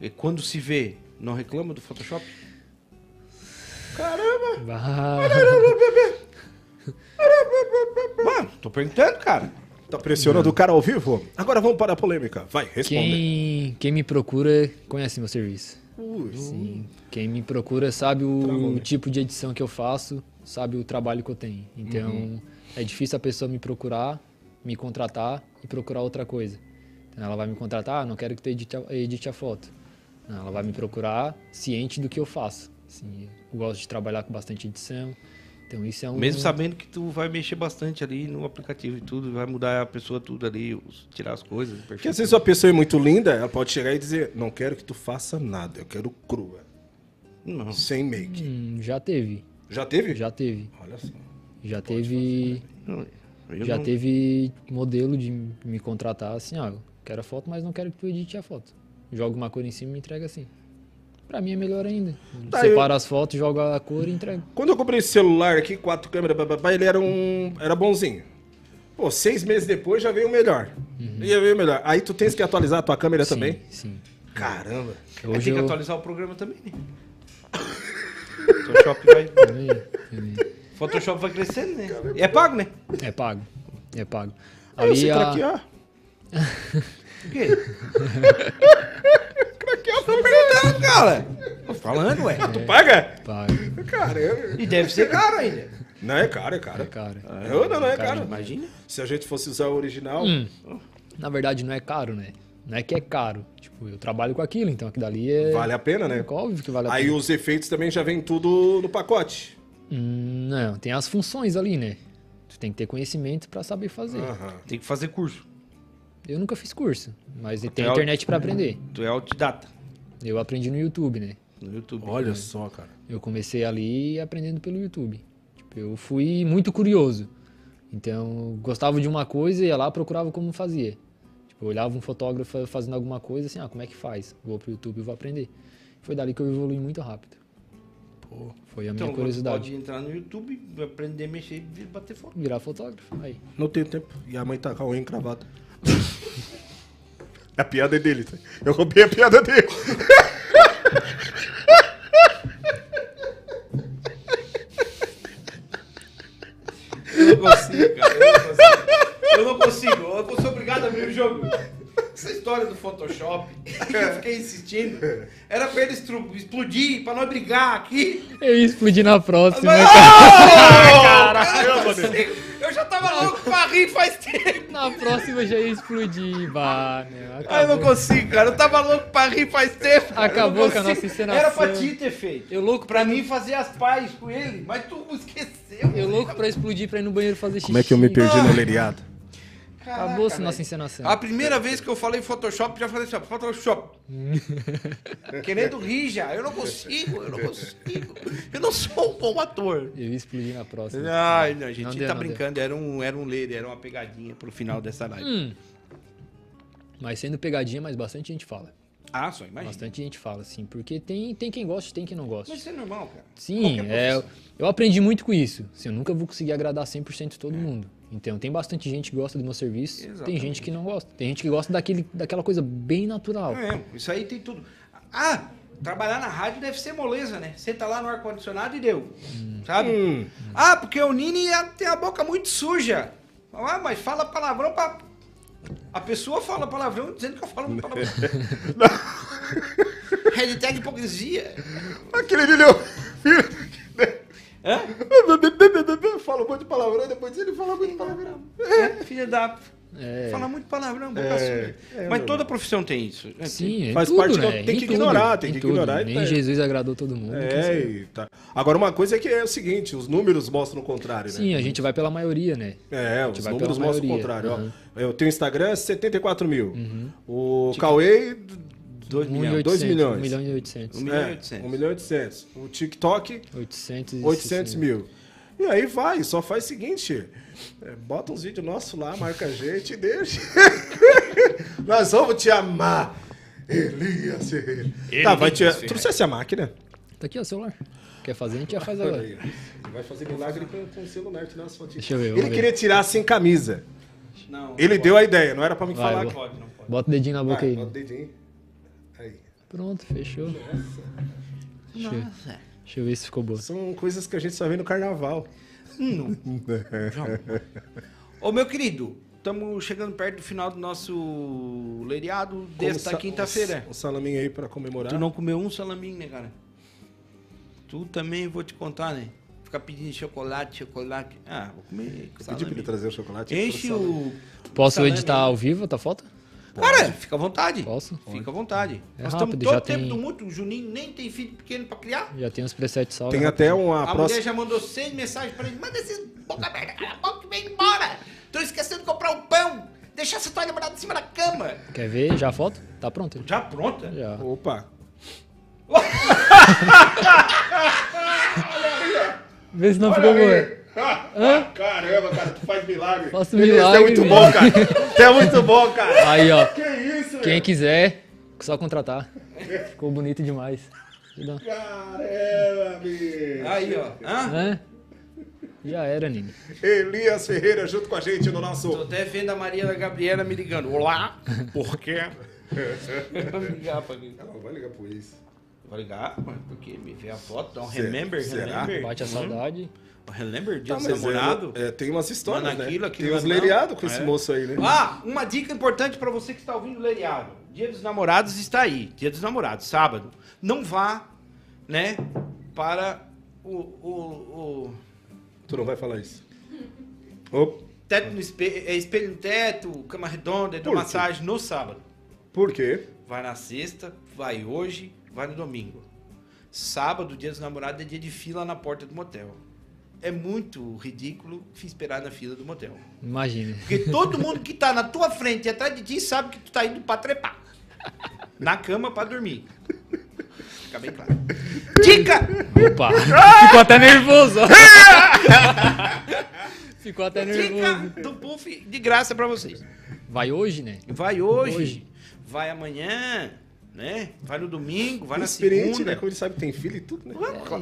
C: é, quando se vê, não reclama do Photoshop?
D: Bah,
C: Mano, tô perguntando, cara.
B: Tá pressionando o cara ao vivo? Agora vamos para a polêmica. Vai, responde.
D: quem quem me procura conhece meu serviço.
B: Ui,
D: Sim. Quem me procura sabe o tipo de edição que eu faço, sabe o trabalho que eu tenho. Então, é difícil a pessoa me procurar, me contratar e procurar outra coisa. Então, ela vai me contratar, ah, não quero que tu edite a, edite a foto. Não, ela vai me procurar ciente do que eu faço. Assim, eu gosto de trabalhar com bastante edição. Então, isso é um.
C: Mesmo sabendo que tu vai mexer bastante ali no aplicativo e tudo, vai mudar a pessoa tudo ali, os- tirar as coisas, o
B: Porque
C: perfil.
B: às vezes uma pessoa é muito linda, ela pode chegar e dizer, não quero que tu faça nada, eu quero crua,
C: Não.
B: sem make.
D: Hum, já teve.
B: Já teve?
D: Já teve.
B: Olha só.
D: Já teve.
C: não, eu
D: já
C: não-
D: teve modelo de me contratar assim, ó, eu quero a foto, mas não quero que tu edite a foto. Joga uma cor em cima e me entrega assim. Pra mim é melhor ainda.
B: Tá,
D: Separa as fotos, joga a cor e entrega.
B: Quando eu comprei esse celular aqui, quatro câmeras, bababá, ele era um... era bonzinho. Pô, seis meses depois já veio o melhor. Já veio o melhor. Aí tu tens que atualizar a tua câmera também?
D: Uhum. Sim. É.
B: Caramba.
C: É,
D: Hoje
C: tem que
D: eu-
C: atualizar o programa também, né? Photoshop vai,
D: Também, também.
C: Photoshop vai crescendo, né? E é pago, né? é?
D: É pago. É pago.
B: Aí você
D: Ali a-
B: craquear.
C: O quê? é? Tô perguntando, cara. Tô falando, ué.
D: É.
B: Tu paga?
D: pago.
B: Caramba.
C: E deve ser caro ainda.
B: Não é caro, é
D: É
B: caro.
D: caro.
B: Não, não, não é caro.
C: Imagina.
B: Se a gente fosse usar o original...
D: Hum. Na verdade não é caro, né? Não é que é caro. Tipo, eu trabalho com aquilo, então aquilo dali é.
B: Vale a pena, né?
D: Óbvio que vale a
B: Aí
D: pena.
B: os efeitos também já vem tudo no pacote.
D: Hum, Não, tem as funções ali, né? Tu tem que ter conhecimento pra saber fazer.
B: Aham.
C: Tem que fazer curso.
D: Eu nunca fiz curso, mas tem
C: Até o-
D: internet pra aprender.
C: Tu é autodidata
D: Eu aprendi no YouTube, né?
C: no YouTube.
B: Olha só, cara.
D: Eu comecei ali aprendendo pelo YouTube. Tipo, eu fui muito curioso. Então, eu gostava de uma coisa, ia lá, procurava como fazia. Tipo, eu olhava um fotógrafo fazendo alguma coisa, assim, ah, como é que faz? Vou pro YouTube e vou aprender. Foi dali que eu evolui muito rápido. foi a minha
C: Então, agora tu
D: curiosidade.
C: pode entrar no YouTube, aprender a mexer e bater foto.
D: Virar fotógrafo, aí.
B: Não tenho tempo. E a mãe tá com a unha encravada. a piada é dele. tá? Eu roubei a piada dele.
C: Eu não consigo, cara. Cada meu jogo. Essa história do Photoshop, que eu fiquei insistindo, era pra ele estru- explodir, pra nós brigar aqui.
D: Eu ia explodir na próxima.
C: Mas-
D: cara.
C: Eu, já tava louco pra rir faz tempo.
D: Na próxima eu já ia explodir. Bah, meu. Acabou,
C: Ah, eu não consigo, cara. Eu tava louco pra rir faz tempo. cara. Eu não
D: Acabou com a
C: consigo.
D: nossa encenação.
C: Era pra ti ter feito.
D: Eu louco pra,
C: Pra mim fazer as pazes com ele, mas tu esqueceu.
D: eu louco pra explodir pra ir no banheiro fazer xixi.
B: Como é que eu me perdi no leriado?
C: Caraca,
D: Acabou com a
C: velho.
D: nossa encenação.
C: A primeira vez
D: é.
C: que eu falei Photoshop, já falei assim, ó, Photoshop. Querendo rir já. Eu não consigo, eu não consigo. Eu não sou um bom ator.
D: Eu ia explodir na próxima.
C: Ai, não, a gente
D: Não deu,
C: tá
D: não
C: brincando. Era um, era um ler, era uma pegadinha pro final dessa live.
D: Hum. Mas sendo pegadinha, mas bastante gente fala.
C: Ah, só imagina.
D: Bastante gente fala, assim. Porque tem, tem quem gosta, tem quem não gosta.
C: Mas isso é normal, cara.
D: Sim, é, eu aprendi muito com isso. Assim, eu nunca vou conseguir agradar 100%
B: É.
D: todo mundo. Então, tem bastante gente que gosta do meu serviço, tem gente que não gosta. Tem gente que gosta daquele, daquela coisa bem natural.
C: É, isso aí tem tudo. Ah, trabalhar na rádio deve ser moleza, né? Senta lá no ar-condicionado e deu.
B: Hum.
C: Sabe? Ah, porque o Nini ah, tem a boca muito suja. Ah, mas fala palavrão pra. A pessoa fala palavrão dizendo que eu falo palavrão. Hashtag hipocrisia.
B: Aquele ali, eu... Fala um monte de palavrão, depois ele fala muito de palavrão.
C: É, filha da.
D: É.
C: Fala muito palavrão, boca suja.
B: é
C: mas
B: normal.
C: toda profissão tem isso. né?
D: Sim, é
B: Faz
D: tudo,
B: parte que eu-
D: né?
B: tem que
D: Em tudo,
B: ignorar, tem
D: em
B: que
D: tudo.
B: ignorar e
D: Nem
B: tá-
D: Jesus agradou todo mundo. então,
B: É, e tá. Agora, uma coisa é que é o seguinte: os números mostram o contrário, né?
D: Sim, a gente vai pela maioria, né?
B: É, os
D: vai
B: números
D: pela
B: mostram o
D: maioria.
B: contrário. ó.
D: Uhum.
B: Eu tenho Instagram, 74 mil. O Cauê, 2
D: 1 e
B: 2
D: 800,
B: milhões.
D: 1 milhão e 800.
C: 1 milhão e 800.
B: 1 É, milhão e 800. O TikTok,
D: 800, e
B: 800
D: 60.
B: Um mil. E aí vai, só faz o seguinte: é, bota uns vídeos nossos lá, marca a gente e deixa. Nós vamos te amar. Elias Ferreira. Tá, vai te.
D: é.
B: Tu trouxesse a máquina?
D: Tá aqui, ó, o celular. Quer fazer, a gente já faz agora.
B: Ele vai fazer milagre com, com o celular, tirar as fotinhas.
D: Deixa eu ver,
B: Ele
D: vamos ver.
B: queria tirar sem camisa.
C: Não,
B: Ele deu a ideia, não era pra me
D: Vai,
B: falar.
D: vou-
B: que-
C: pode, não pode.
D: Bota o dedinho na boca
B: Vai,
D: aí.
B: bota Tá, o dedinho aí.
D: Pronto, fechou. Deixa, eu- deixa eu ver se ficou boa.
B: São coisas que a gente só vê no carnaval.
D: Hum.
C: Ô, meu querido, estamos chegando perto do final do nosso leiriado
B: Como
D: tá
C: desta
B: sa- né?
C: quinta-feira.
B: O, o salaminho aí pra comemorar.
C: Tu não comeu um salaminho, né, cara? Tu também, vou te contar, né? Ficar pedindo chocolate, chocolate. Ah, vou comer
B: Eu pedi pra ele
C: salaminho.
B: trazer o chocolate.
C: Enche
B: trouxe
C: o...
D: Posso
C: Salame.
D: editar ao vivo a tua foto?
C: Cara, fica à vontade.
D: Posso?
C: Fica à vontade.
D: É
C: Nós
D: rápido,
C: estamos todo
D: já
C: o tempo
D: tem-
C: do mundo. O Juninho nem tem filho pequeno pra criar.
D: Já tem os presets né? salvos.
B: Tem até uma
C: A mulher
B: próxima.
C: já mandou seis mensagens pra ele. Manda esses boca merda, cala a boca que vem embora. Tô esquecendo de comprar o pão. Deixar essa toalha morada em cima da cama.
D: Quer ver? Já a foto? Tá pronta?
C: Já pronta?
D: Já.
B: Opa!
D: Vê se não ficou boa.
B: Caramba, cara, tu faz milagre.
D: Faço
B: Isso é
D: milagre,
B: muito
D: velho.
B: bom, cara. Tu é muito bom, cara.
D: né? Aí, ó.
B: Que isso,
D: Quem quiser, só contratar. Ficou bonito demais. Então, Cuidado.
B: Caramba, bicho.
C: Aí, ó. Hã?
D: Hã? né? Já era, Nini.
B: Elias Ferreira junto com a gente no
C: Tô
B: nosso.
C: até vendo a Maria Gabriela me ligando. Olá, por quê? Vai ligar pra mim.
B: Ela não Tá vai ligar pro isso.
C: Vai ligar, mas porque me vê a foto, dá um
B: Será?
C: remember,
B: Será?
C: remember. Um
D: Bate a saudade.
C: Remember, dia
B: Tá,
C: dos
B: mas é,
C: namorados.
B: é, tem umas histórias,
C: Mano,
B: né?
C: aquilo, aquilo
B: tem uns
C: lá não.
B: lereados com
C: Ah,
B: esse
C: é?
B: moço aí, né?
C: Ah, uma dica importante pra você que está ouvindo o Lereado. Dia dos Namorados está aí. Dia dos Namorados, sábado. Não vá, né, para o, o, o
B: Tu não vai falar isso. Opa.
C: teto no espelho, é, espelho no teto, cama redonda,
B: Por
C: hidromassagem
B: quê?
C: massagem no sábado.
B: Por quê?
C: Vai na sexta, vai hoje, vai no domingo. Sábado, dia dos namorados, é dia de fila na porta do motel. É muito ridículo esperar na fila do motel.
D: Imagina.
C: Porque todo mundo que tá na tua frente e atrás de ti sabe que tu tá indo pra trepar. Na cama pra dormir. Fica bem claro. Dica!
D: Opa.
B: Ah!
D: Ficou até nervoso. Ficou
B: Tá
D: até nervoso.
C: Dica do Puff de graça pra vocês.
D: Vai hoje, né?
C: Vai hoje,
D: Hoje.
C: vai amanhã, né? Vai no domingo, vai na
B: Experiente, né?
C: segunda.
B: Como ele sabe que tem filho e tudo, né?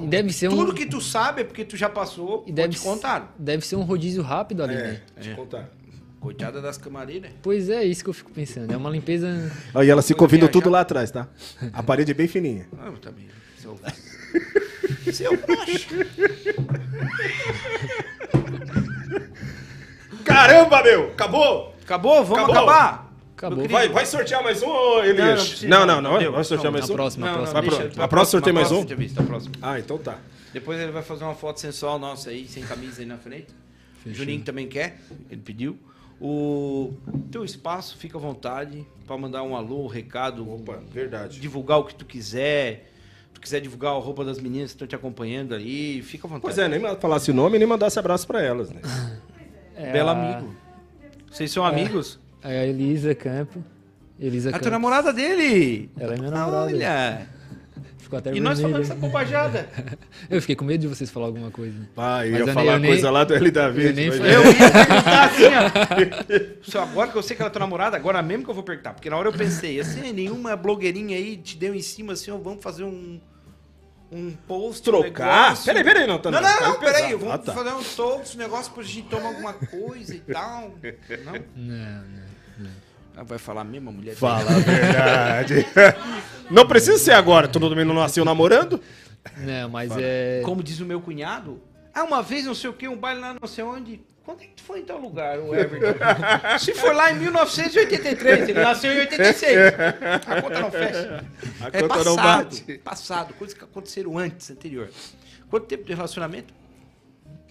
D: E Deve ser um...
C: Tudo que tu sabe é porque tu já passou
D: e
C: ou
D: deve,
C: te contaram.
D: deve ser um rodízio rápido ali, né?
B: É, te contar.
C: Coitada das né? camareiras.
D: Pois é, isso que eu fico pensando. É uma limpeza...
B: Aí ela se
C: ouvindo
B: ouvindo
C: tudo
B: tudo lá atrás, tá? A parede bem fininha.
C: Ah, eu também. Seu, seu broxa.
B: Caramba, meu! Acabou!
E: Acabou? Vamos
B: Acabou.
E: acabar?
D: Acabou.
B: Vai, vai sortear mais um, ô,
C: Não, não
B: Elias?
C: precisa.
B: Não, não, não.
C: Deu.
B: Vai sortear mais
D: Na
B: um?
D: próxima, na
C: Não, não,
D: próxima.
B: pro-
C: deixa,
B: a próxima sorteio mais um?
C: entrevista, a próxima.
B: Ah, então tá.
C: Depois ele vai fazer uma foto sensual nossa aí, sem camisa aí na frente. O Juninho também quer, ele pediu. O teu espaço, fica à vontade para mandar um alô, um recado,
B: Opa, verdade.
C: divulgar o que tu quiser. Se tu quiser divulgar a roupa das meninas que estão te acompanhando aí, fica à vontade.
B: Pois é, nem ma- falasse o nome nem mandasse abraço pra elas, né?
D: É
C: Belo
D: a-
C: amigo. Vocês são amigos?
D: É a Elisa Campo. Elisa
C: A
D: Campo.
C: tua namorada dele!
D: Ela é minha namorada. né?
C: Olha!
D: Ficou até
C: E nós
D: vermelha.
C: falamos essa bobajada.
D: Eu fiquei com medo de vocês falar alguma coisa.
B: Pai,
D: Mas
B: ia
D: eu nem-
B: falar
D: eu nem-
B: coisa lá do L.
D: Eu
B: David.
D: nem
B: mas-
D: falei.
C: Eu ia perguntar assim, ó. Só agora que eu sei que ela é tua namorada, agora mesmo que eu vou perguntar. Porque na hora eu pensei, assim, nenhuma blogueirinha aí te deu em cima assim, ó, vamos fazer um. Um post. um
B: Trocar?
C: negócio.
B: Peraí, peraí, não, tá
C: Não, não, não,
B: tá pesado.
C: peraí. Vamos
B: Ah, tá.
C: fazer um toast, um negócio pra gente tomar alguma coisa e tal. Não?
D: Não, não.
C: Ela vai falar mesmo, a mulher.
B: Fala a verdade. Não precisa ser agora, todo mundo não nasceu namorando.
D: Não, mas é.
C: Como diz o meu cunhado, ah, uma vez não sei o que, um baile lá não sei onde. Quando é que tu foi em tal lugar, o Everton? Se foi lá em 1983, ele nasceu em 86. A conta não fecha.
B: A
C: é
B: conta
C: passado,
B: não bate.
C: Passado, coisas que aconteceram antes, anterior. Quanto tempo de relacionamento?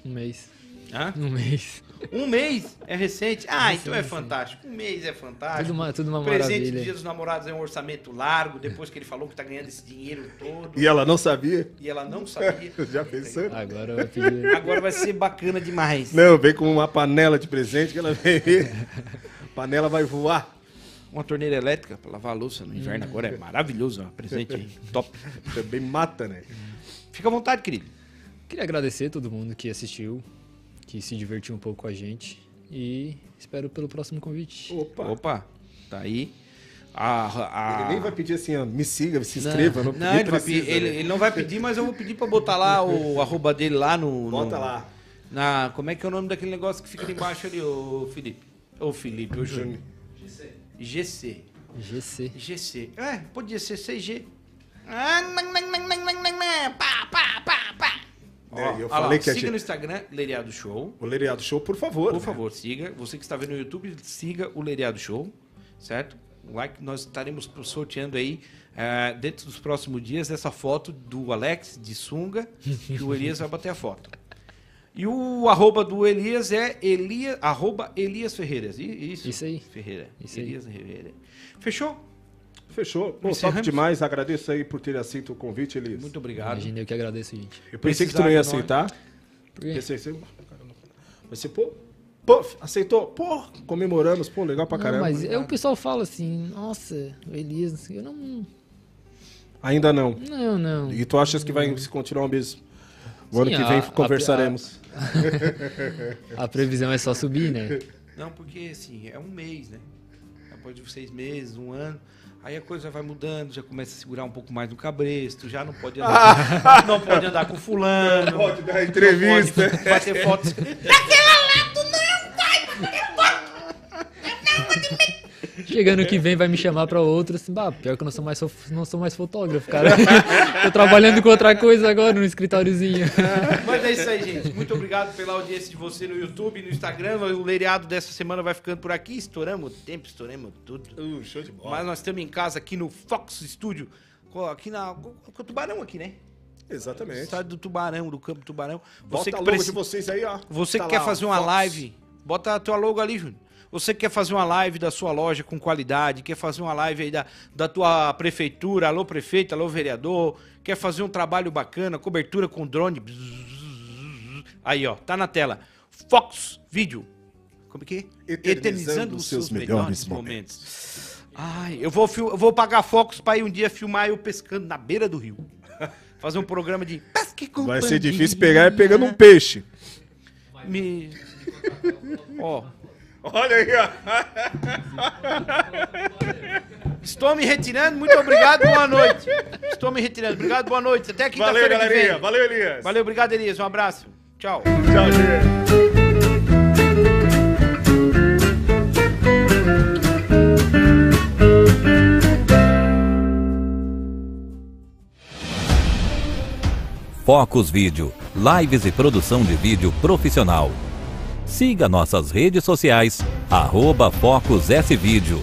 D: Um mês.
C: Hã?
D: Um mês.
C: Um mês é recente. Ah, então é fantástico. Um mês é fantástico.
D: Tudo uma, tudo uma
C: Presente do Dia
D: maravilha.
C: dos Namorados é um orçamento largo, depois que ele falou que tá ganhando esse dinheiro todo.
B: E ela não sabia?
C: E ela não sabia.
B: Já pensou?
D: Agora eu vou pedir.
C: Agora vai ser bacana demais.
B: Não, vem com uma panela de presente que ela vem. panela vai voar.
C: Uma torneira elétrica para lavar a louça no inverno
B: Uhum.
C: agora é maravilhoso, ó. Presente aí. Top.
B: Também mata, né?
C: Fica à vontade, querido.
D: Queria agradecer a todo mundo que assistiu, que se divertiu um pouco com a gente. E espero pelo próximo convite.
B: Opa.
C: Opa, tá aí. A, a...
B: Ele nem vai pedir assim, ó, me siga, se inscreva. Não,
C: Não, ele, vai pe-
B: né?"
C: ele- ele não vai pedir, mas eu vou pedir para botar lá o arroba dele lá no. no-
B: Bota lá.
C: Na, como é que é o nome daquele negócio que fica ali embaixo ali, ô Felipe? Ô Felipe, ô Júnior. GC.
D: GC.
C: GC. É, podia ser CG. Ah, nan, nan, nan, nan, nan, nan, nan, pá, pá, pá, pá.
B: É,
C: Ó,
B: eu
C: ó
B: falei que a
C: siga
B: gente-
C: no Instagram, Lereado Show.
B: O Lereado Show, por favor. né?
C: Por favor, siga. Você que está vendo no YouTube, siga o Lereado Show, certo? Um Like, nós estaremos sorteando aí eh, dentro dos próximos dias essa foto do Alex de sunga, que o Elias vai bater a foto. E o arroba do Elias é Elias, arroba Elias Ferreiras. I- Isso,
D: Isso aí.
C: Ferreira.
D: Isso aí.
C: Elias Ferreira. Fechou?
B: Fechou. Bom, top
C: Encerramos.
B: demais. Agradeço aí por ter aceito o convite, Elias.
C: Muito obrigado.
D: Imagina, eu que agradeço, gente.
B: Eu pensei que tu não ia
C: Precisava, é?
B: aceitar.
D: Por quê?
B: Pensei assim, cara, não- mas você, pô, pô, aceitou, pô, comemoramos, pô, legal pra
D: Não,
B: caramba.
D: mas eu, o pessoal fala assim, nossa, o Elias, não sei, eu não.
B: Ainda não.
D: Não, não.
B: E tu achas que vai se continuar o mesmo? O ano
D: Sim,
B: que vem
D: a-
B: conversaremos.
D: A previsão é só subir, né?
C: Não, porque assim, é um mês, né? Depois de seis meses, um ano. Aí a coisa vai mudando, já começa a segurar um pouco mais no cabresto, já não pode andar, não pode andar com fulano.
B: Pode dar
C: Não pode bater fotos.
D: Chegando que vem vai me chamar pra outro, assim, bah, pior que eu não sou mais, fof- não sou mais fotógrafo, cara. Tô trabalhando com outra coisa agora no escritóriozinho.
C: Mas é isso aí, gente. Muito obrigado pela audiência de você no YouTube, no Instagram. O lereado dessa semana vai ficando por aqui. Estouramos o tempo, estouramos tudo.
B: Uh, show de bola.
C: Mas nós estamos em casa aqui no Fox Studio. co- Aqui na. Com com o Tubarão aqui, né?
B: Exatamente.
C: Estado do Tubarão, do Campo Tubarão.
B: Bota
C: Você
B: a
C: que
B: É. logo
C: precisa.
B: de vocês aí, ó.
C: Você
B: Tá
C: que quer
B: lá,
C: fazer uma
B: Fox.
C: live, bota a tua logo ali, Júnior. Você que quer fazer uma live da sua loja com qualidade, quer fazer uma live aí da, da tua prefeitura, alô prefeito, alô vereador, quer fazer um trabalho bacana, cobertura com drone. Aí, ó, tá na tela. Fox Vídeo. Como que é?
B: Eternizando os seus melhores
C: momentos. Ai, eu vou, fil- eu vou pagar Fox pra ir um dia filmar eu pescando na beira do rio. Fazer um programa de pesca com
B: Vai ser difícil
C: bandinha.
B: pegar é pegando um peixe.
C: Me. Ó.
B: Olha aí, ó.
C: Estou me retirando, muito obrigado, boa noite. Estou me retirando, obrigado, boa noite. Até
B: Valeu,
C: quinta-feira que
B: galerinha.
C: vem.
B: Valeu, Elias.
C: Valeu, obrigado, Elias. Um abraço. Tchau.
B: Tchau, gente.
A: Focus Vídeo, lives e produção de vídeo profissional. Siga nossas redes sociais, arroba Focus S Vídeo.